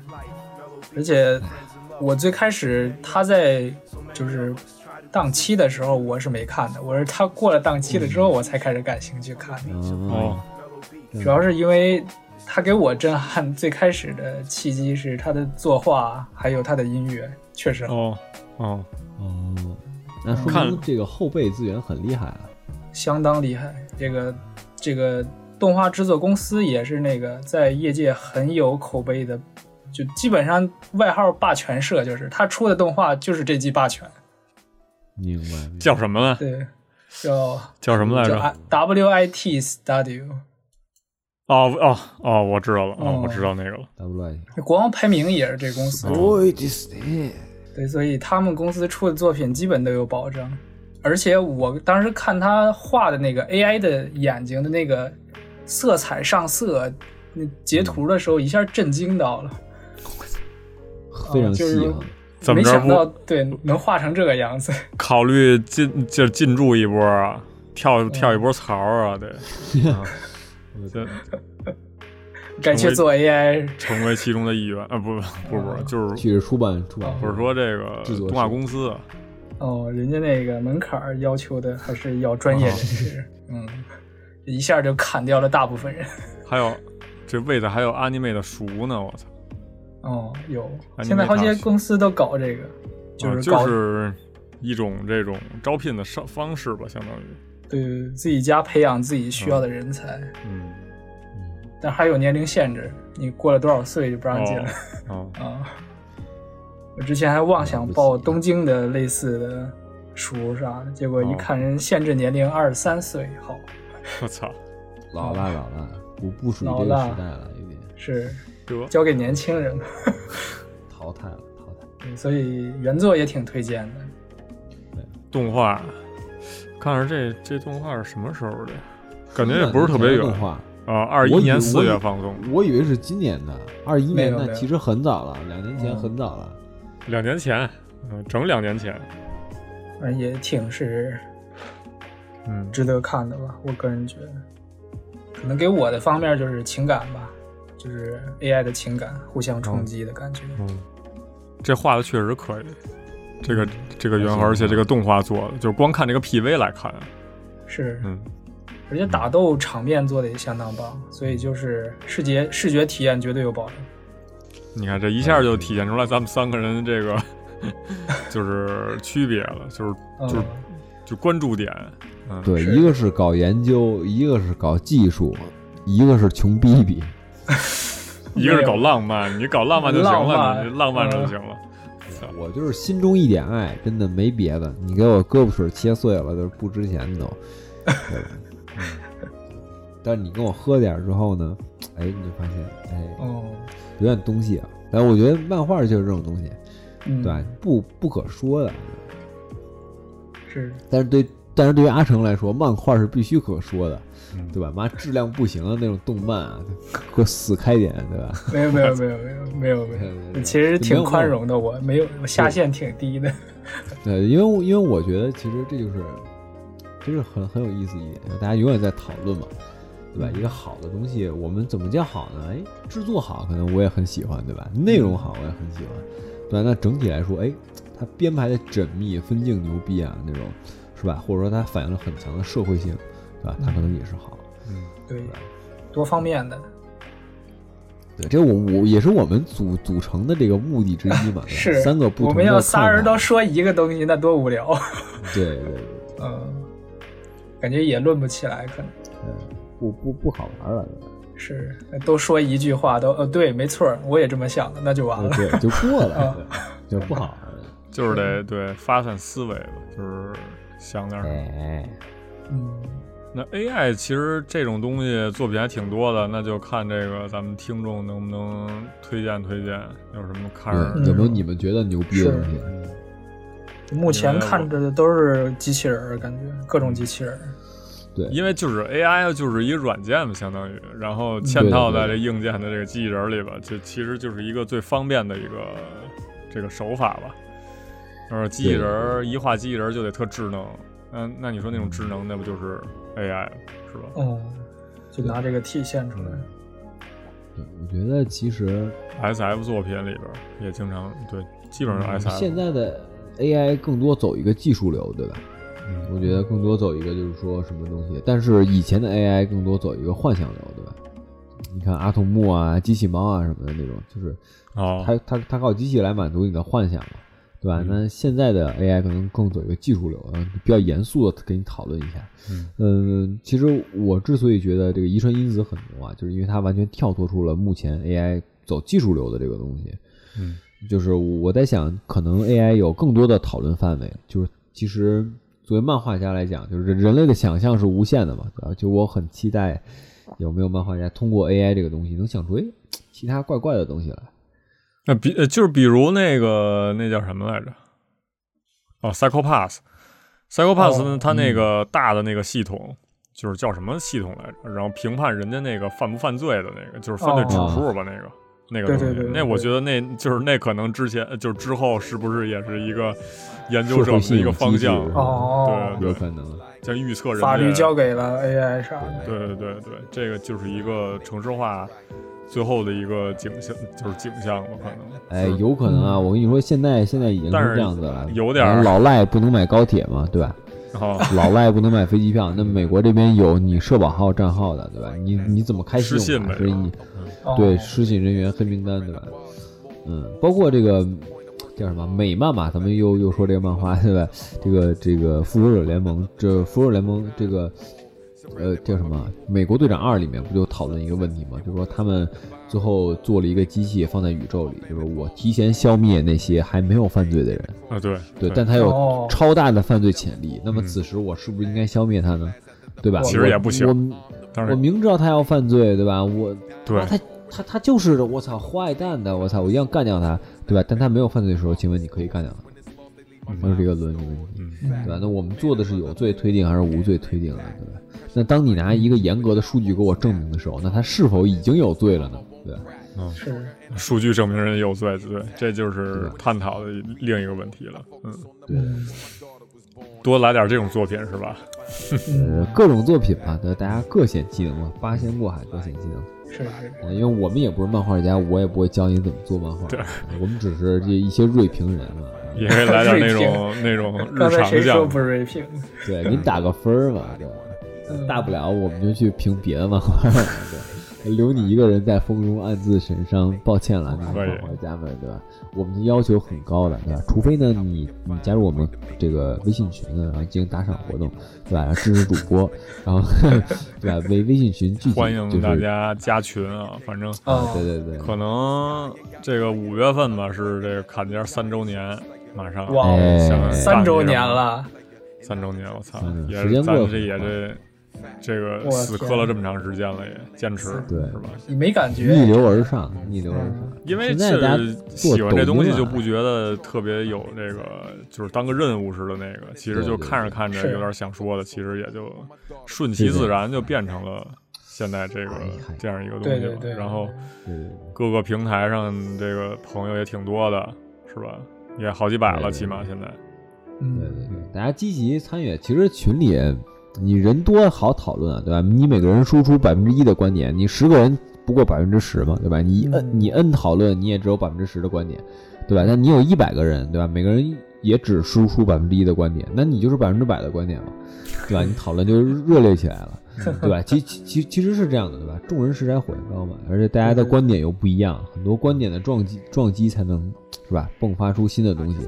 而且我最开始他在就是档期的时候我是没看的，我是他过了档期了之后我才开始感兴趣看的，
嗯
哦，，
主要是因为他给我震撼最开始的契机是他的作画还有他的音乐，确实
嗯
好
哦，哦，
哦，那说
看
明这个后备资源很厉害啊。
相当厉害。这个这个动画制作公司也是那个在业界很有口碑的。就基本上外号霸权社，就是他出的动画就是这季霸权，
明白。明白
叫什么来？
对，叫
叫什么来
叫
着？
I- WIT Studio，
哦哦哦，我知道了，哦
哦，
我知道那个了。
W I
国王排名也是这公司，
哦
Boy this day，
对，所以他们公司出的作品基本都有保障。而且我当时看他画的那个 AI 的眼睛的那个色彩上色，那截图的时候一下震惊到了，
非常
啊
细
就是
哈。
嗯怎么
没
着
想到
不
对能画成这个样子。
考虑进就是进驻一波啊，
嗯
跳跳一波槽啊， 得，啊这
该去做 AI，
成为其中的一员啊，不不不不，就是
去出版出
啊
版，
或者说这个
哦制作
动画
室
公司啊，
哦，人家那个门槛儿要求的还是要专业
哦
人士，嗯，一下就砍掉了大部分人。
还有这位子还有 anime 的熟呢，我操，
哦，有，
啊
现在
你没
好些
看
公司都搞这个，
啊
是搞、
就是一种这种招聘的上方式吧，相当于，
对自己家培养自己需要的人才，
嗯，
但还有年龄限制，你过了多少岁就不让进了、
哦，
啊。 我之前还妄想
了
报
不起
东京的类似的书啥的，结果一
哦
看人限制年龄二十三岁，好
我操，
老了老了，不不属于
老
这个
了
时代了，有点
是
得
交给年轻人吧，
淘汰了，淘汰。
嗯所以原作也挺推荐的。
动画，看看这这动画是什么时候的呀？感觉也不是特别
动
远
画，
啊，二一
我以
年四
我以
月放送，
我以为是今年的，二一年
没有
的
没有
其实很早了，两年前
嗯
很早了。
两年前，嗯，整两年前，
反正也挺是
嗯，
值得看的吧，我个人觉得，可能给我的方面就是情感吧，就是 AI 的情感互相冲击的感觉。
嗯，这画的确实可以，这个这个原画，而且这个动画做的，就是光看这个 PV 来看，
是，
嗯，
而且打斗场面做的也相当棒，所以就是视觉视觉体验绝对有保证。
你看这一下就体现 出来咱们三个人这个就是区别了，就是
嗯，
就是就关注点，嗯，
对，一个是搞研究，一个是搞技术，一个是穷逼逼。
一个是搞浪漫，你搞浪漫就行
浪
了，
漫
你你浪漫嗯就行了。
我就是心中一点爱，真的没别的。你给我胳膊腿切碎了，就是不值钱 都。对吧嗯但是你跟我喝点儿之后呢，哎，你就发现，哎，
哦，
有点东西啊。但我觉得漫画就是这种东西，
嗯，
对吧，不不可说的。
是，
但是对，但是对于阿成来说，漫画是必须可说的，
嗯
对吧？妈，质量不行的那种动漫啊，给我死开点，对吧？
没有没有没有没有没有没有，其实挺宽容的，我没有我下限挺低的，
呃，因为我因为我觉得其实这就是，就是很很有意思一点，大家永远在讨论嘛，对
嗯
吧？一个好的东西，我们怎么叫好呢？哎，制作好，可能我也很喜欢，对吧？内容好，我也很喜欢，对吧？那整体来说，哎，它编排的缜密，分镜牛逼啊，那种是吧？或者说它反映了很强的社会性，对吧？它可能也是好，
嗯，
对
对吧，
多方面的，
对，这我我也是我们组组成的这个目的之一嘛，对吧
是
三个不同
我
的
们要仨人都
看
说一个东西，那多无聊，
法对对对。
嗯，感觉也论不起来，可能。
不不不好玩了，
是，都说一句话，都呃，对，没错儿，我也这么想的，那就完了。
啊对，就过了，对就不好玩了。
就是得对发散思维吧，就是想点儿。
哎，
嗯，
那 AI 其实这种东西作品还挺多的，那就看这个咱们听众能不能推荐推荐，有什么看着
嗯对，有没有你们觉得牛逼的东西？
目前
明白了
看着的都是机器人儿，感觉各种机器人儿。
对，
因为就是 AI 就是一个软件嘛，相当于，然后嵌套在这硬件的这个机器人里吧，这其实就是一个最方便的一个这个手法吧。就是机器人儿一画机器人儿就得特智能，嗯，那你说那种智能，那不就是 AI 了是吧？
哦、就拿这个体现出来。
对我觉得其实
S F 作品里边儿也经常对，基本上
嗯
S F。
现在的 AI 更多走一个技术流，对吧？
嗯
我觉得更多走一个就是说什么东西，但是以前的 AI 更多走一个幻想流，对吧？你看阿童木啊、机器猫啊什么的那种，就是
哦，
它它它靠机器来满足你的幻想嘛，对吧？
嗯
那现在的 AI 可能更走一个技术流，嗯比较严肃的给你讨论一下。
嗯
嗯，其实我之所以觉得这个遗传因子很牛啊，就是因为它完全跳脱出了目前 AI 走技术流的这个东西。
嗯
就是我在想，可能 AI 有更多的讨论范围。就是其实作为漫画家来讲，就是人人类的想象是无限的嘛，对吧？就我很期待有没有漫画家通过 AI 这个东西能想出哎其他怪怪的东西来。
那比呃就是比如那个那叫什么来着？哦，Psycho Pass，Psycho Pass
哦
呢，它
嗯
那个大的那个系统。就是叫什么系统来着？然后评判人家那个犯不犯罪的那个，就是犯罪指数吧，那个那个东西。
哦对对对对
那我觉得那就是那可能之前就是之后是不是也是一个研究者
社会
们的
性
一个方向？
机制
哦，
对
有可能，
像预测人
法律
家
交给了 AI 啥的。
对对对对，这个就是一个城市化最后的一个景象，就是景象吧，可能。
哎，有可能啊！我跟你说，现在现在已经
但是
是这样子了，
有点儿
然后老赖不能买高铁嘛，对吧？
然后
老赖不能买飞机票，那美国这边有你社保号、账号的，对吧？你你怎么开信
嗯失信
用卡？
呗
所以你
哦、
对失信人员黑名单，对吧？嗯，包括这个叫什么美漫嘛，咱们又又说这个漫画，对吧？这个这个复仇者联盟，这复仇者联盟这个呃叫什么《美国队长二》里面不就讨论一个问题吗？就是说他们最后做了一个机器放在宇宙里，就是我提前消灭那些还没有犯罪的人，
啊，对嗯
对，但他有
哦
超大的犯罪潜力，那么此时我是不是应该消灭他呢？对吧？
其
实
我
也不行
我
但
我
是
明知道他要犯罪，对吧？我
对
啊他他他就是我操坏蛋的，我操，我一定要干掉他，对吧？但他没有犯罪的时候，请问你可以干掉他
嗯？
就是这个伦理问题，
嗯
嗯
对吧？那我们做的是有罪推定还是无罪推定呢？啊对吧？那当你拿一个严格的数据给我证明的时候，那他是否已经有罪了呢？对吧？
嗯，
是，
数据证明人有罪，对，这就是探讨的另一个问题了。嗯，
对，
嗯
多来点这种作品是 吧？
呃，各种作品嘛，对吧，大家各显其能嘛，八仙过海各显其能。
是是，
啊，因为我们也不是漫画家，我也不会教你怎么做漫画，
对
我们只是这一些锐评人嘛。
也可以来点那种 那种
刚
日
才
常
谁说
项
不
目。
是 raping？
对，给你打个分儿嘛，对吧？
嗯
大不了我们就去评别的漫画嘛，对。留你一个人在风中暗自神伤，抱歉了，那
可
个
以
广告家们，对吧？我们的要求很高的，对吧？除非呢，你你加入我们这个微信群呢，然后进行打赏活动，对吧？然后支持主播，然后 对吧？微微信群具体
欢
就
迎
是
大家加群啊，反正
啊
哦，
对对对，
可能这个五月份吧，是这个坎肩三周年，马上
哇
哎
想干
三周年
这个，
了，
三周年，我操
嗯，
也
时
是
间
咱
过得
们这也
很快
这这个
我
死磕
天
了这么长时间了，也坚持，
对
是吧？
你没感
逆
觉？
流而上，逆流而上。
因为
现在大家
是
做
喜欢这
抖
东西
音
就
啊
不觉得特别有这个，就是当个任务似的那个，其实
对
就
对
看着看着
是
有点想说的，其实也就顺其
对对
自然就变成了现在这个
哎嗨
这样一个东
对
西
对
了
对。
然后
对对对
各个平台上这个朋友也挺多的，是吧？也好几百
对对
了，
对
起码现在。
对
嗯，
对对，大家积极参与。其实群里你人多好讨论啊，对吧？你每个人输出百分之一的观点，你十个人不过百分之十嘛，对吧？你一摁
嗯
你摁讨论，你也只有百分之十的观点，对吧？但你有一百个人，对吧？每个人也只输出百分之一的观点，那你就是百分之百的观点嘛，对吧？ 你讨论就热烈起来了。
嗯
对吧？其其其其实是这样的，对吧？众人拾柴火焰高嘛，而且大
嗯
家的观点又不一样，很多观点的撞击撞击才能是吧，迸发出新的东西。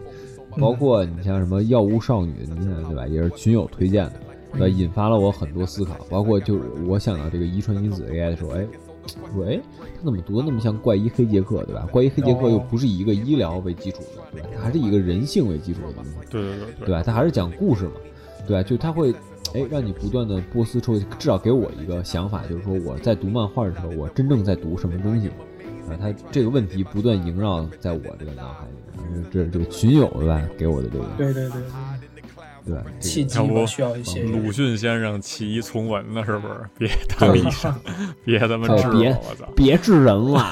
包括你像什么《药物少女》，你想对吧，也是群友推荐的，对吧？引发了我很多思考。包括就是我想到这个遗传因子 AI 的时候，哎，我说哎，他怎么读的那么像怪医黑杰克，对吧？怪医黑杰克又不是以一个医疗为基础的，对吧？它还是以一个人性为基础的东西。
对对对对
对吧？它还是讲故事嘛，对吧？就它会，哎，让你不断的波斯抽，至少给我一个想法，就是说我在读漫画的时候，我真正在读什么东西啊？它这个问题不断萦绕在我这个脑海里面，这这个群友对吧？给我的这个
对对
对
对，
吧？这个
契机
要不
吧需要一些。
鲁迅先生弃医从文了，是不是？别当医生，别他妈
哎
治
别
我，我操！
别治人 了，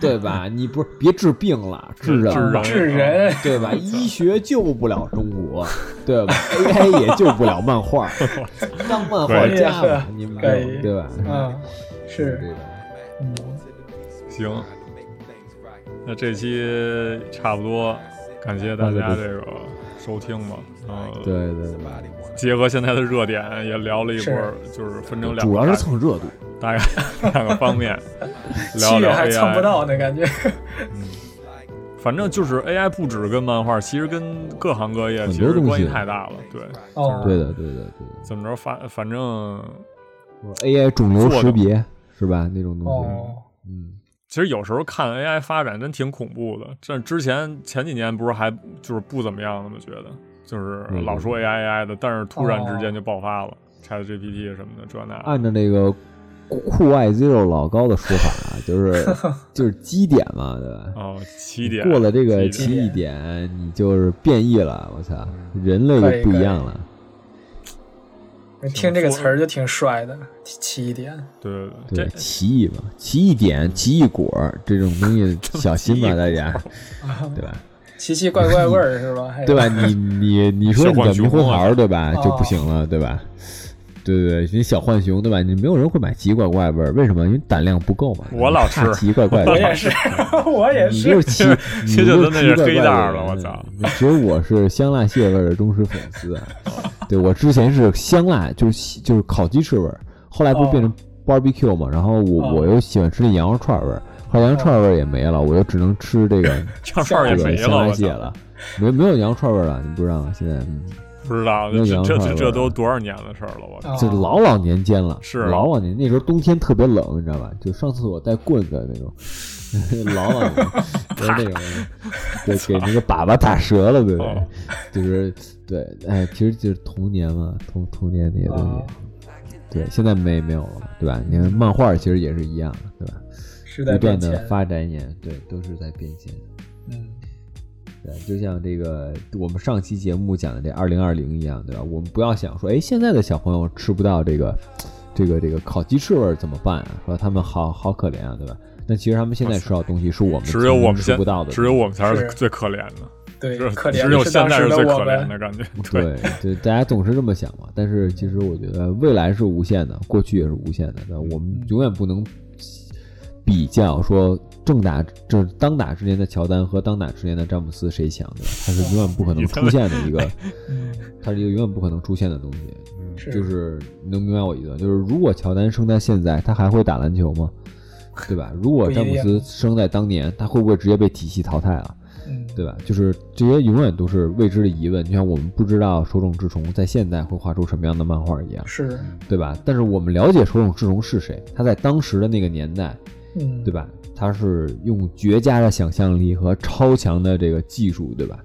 对吧？你不是别治病了，治人
治
了
人，
治人，
对吧？医学救不了中国，对吧？AI 也救不了漫 画，当漫画
对
家吧，你们
可以
对吧？
嗯，
这
是，
个。
嗯，
行，那这期差不多，感谢大家这个收听吧。嗯，，
对对对，
结合现在的热点也聊了一波
是，
就是分成两
主
个
要是
大
蹭热度。
大概 两个方 面聊
七
一
月
聊
还蹭不
AI。
到呢，感觉。
反正就是 AI 不止跟漫画，其实跟各行各业
很
其
多
实
东
关系
西
太大了。对，
哦，
啊
对的，对的，对的
怎么着反反正。哦
我，AI 肿瘤识别是吧？那种东西，
哦，
嗯，
其实有时候看 AI 发展真挺恐怖的。这之前前几年不是还就是不怎么样的吗？觉得就是
嗯
老说 AI AI 的，但是突然之间
哦
就爆发了、ChatGPT 什么的这那的。
按照那个酷爱 zero 老高的说法啊，就是 就是基点嘛，对吧？
哦，起点
过了这个
起
奇
点嗯
异点，你就是变异了。我操，人类就不一样了。
听这个词儿就挺帅的，起一点。
对对
对
对，，
奇异嘛，奇异点、奇异果这种 东西，小心吧，大家，对吧？
奇奇怪怪味儿是吧？哎 还有
对吧？你你你说
小
你
浣
叫迷
熊
魂
啊
桃儿对吧？就不
哦
行了，对吧？对对对，你小浣熊对吧？你没有人会买奇奇怪怪味儿，为什么？因为胆量不够嘛。
我老
怕
吃
奇奇怪怪
我
味
也
儿，
是，我也。
你就是是 奇，你
这就
就
真的
奇
是
怪
黑
怪
蛋
的
儿了我
人
操！
其实我是香辣蟹味儿的忠实粉 丝啊。对我之前是香辣，就是西就是烤鸡翅味儿，后来不是变成 barbecue 嘛，然后我
哦
我又喜欢吃那羊肉串儿味儿，后来羊肉串儿味儿也没了，我就只能吃这个
这事儿也
这个
没
香
了，
辣
我
蟹
操，
了，没没有羊肉串味儿了，你不知道吗？现在嗯
不知道
没有
这
羊
这
肉串
这
味
这
儿
都
了
多少年的事儿了，我操！
哦
这老老年间了，
是
老老年那时候冬天特别冷，你知道吧？就上厕所带棍子那种， 老老年，就是那种，对，给那个粑粑打折了，对不对
哦？
就是对，哎，其实就是童年嘛，童童年那些东西
哦，
对，现在没没有了，对吧？你看漫画其实也是一样，对吧？
时代
不断
变
的
迁，
发展也对，都是在变现。
嗯，
对，呃就像这个我们上期节目讲的这二零二零一样，对吧？我们不要想说，哎，现在的小朋友吃不到这个，这个这个烤鸡翅味儿怎么办啊？说他们好好可怜啊，对吧？但其实他们现在吃到的东西是我们
只有我们
吃
现
不到的，
只有我们才是
是
最可怜的，
对
只有，
可怜
只有
是
现
当
在
时
是
的
最
我
可怜
们。
的感觉。
对对，大家总是这么想嘛。但是其实我觉得未来是无限的，过去也是无限的。那我
嗯
们永远不能比较说正打就是当打之年的乔丹和当打之年的詹姆斯谁强，对吧？他是永远不可能
你他妈
出现的一个，
嗯
它是一个永远不可能出现的东西。嗯，
是
就是能明白我意思吗？就是如果乔丹生在现在，他还会打篮球吗？对吧？如果
不一
詹姆斯
定
生在当年，他会不会直接被体系淘汰啊？
嗯，
对吧？就是这些永远都是未知的疑问，就像我们不知道手冢治虫在现在会画出什么样的漫画一样，
是，
对吧？但是我们了解手冢治虫是谁，他在当时的那个年代，
嗯，
对？吧？他是用绝佳的想象力和超强的这个技术，对吧？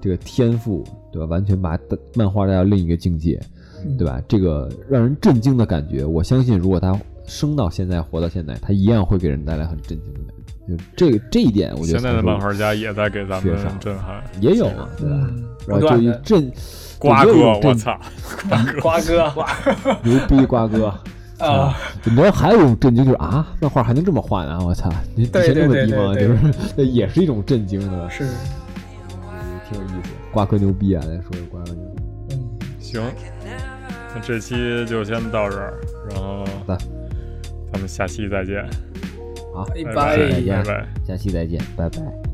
这个天赋，对吧？完全把漫画带到另一个境界，
嗯
对吧？这个让人震惊的感觉，我相信如果他生到现在，活到现在，他一样会给人带来很震惊的感觉。就这个这一点，我觉得
现在的
才是
漫画家也在给咱
学上
们震撼。
也有啊，对吧？
嗯，
然后
不
就
断
一
的
震，
瓜
有一
哥，
种
我
震
操！
嗯瓜哥
牛逼瓜哥
啊，！
你知道还有一种震惊就是啊，漫画还能这么画呢！我操，你底
对
线这么
对
低
对
吗？
对
就是那也是一种震惊的，
是，
挺有意思。瓜哥牛逼啊！再说一瓜哥牛逼，
嗯，
行，那这期就先到这儿，然后
的
咱们下期再见，
好，
拜
拜
拜
再见
拜拜。
下期再见，拜拜。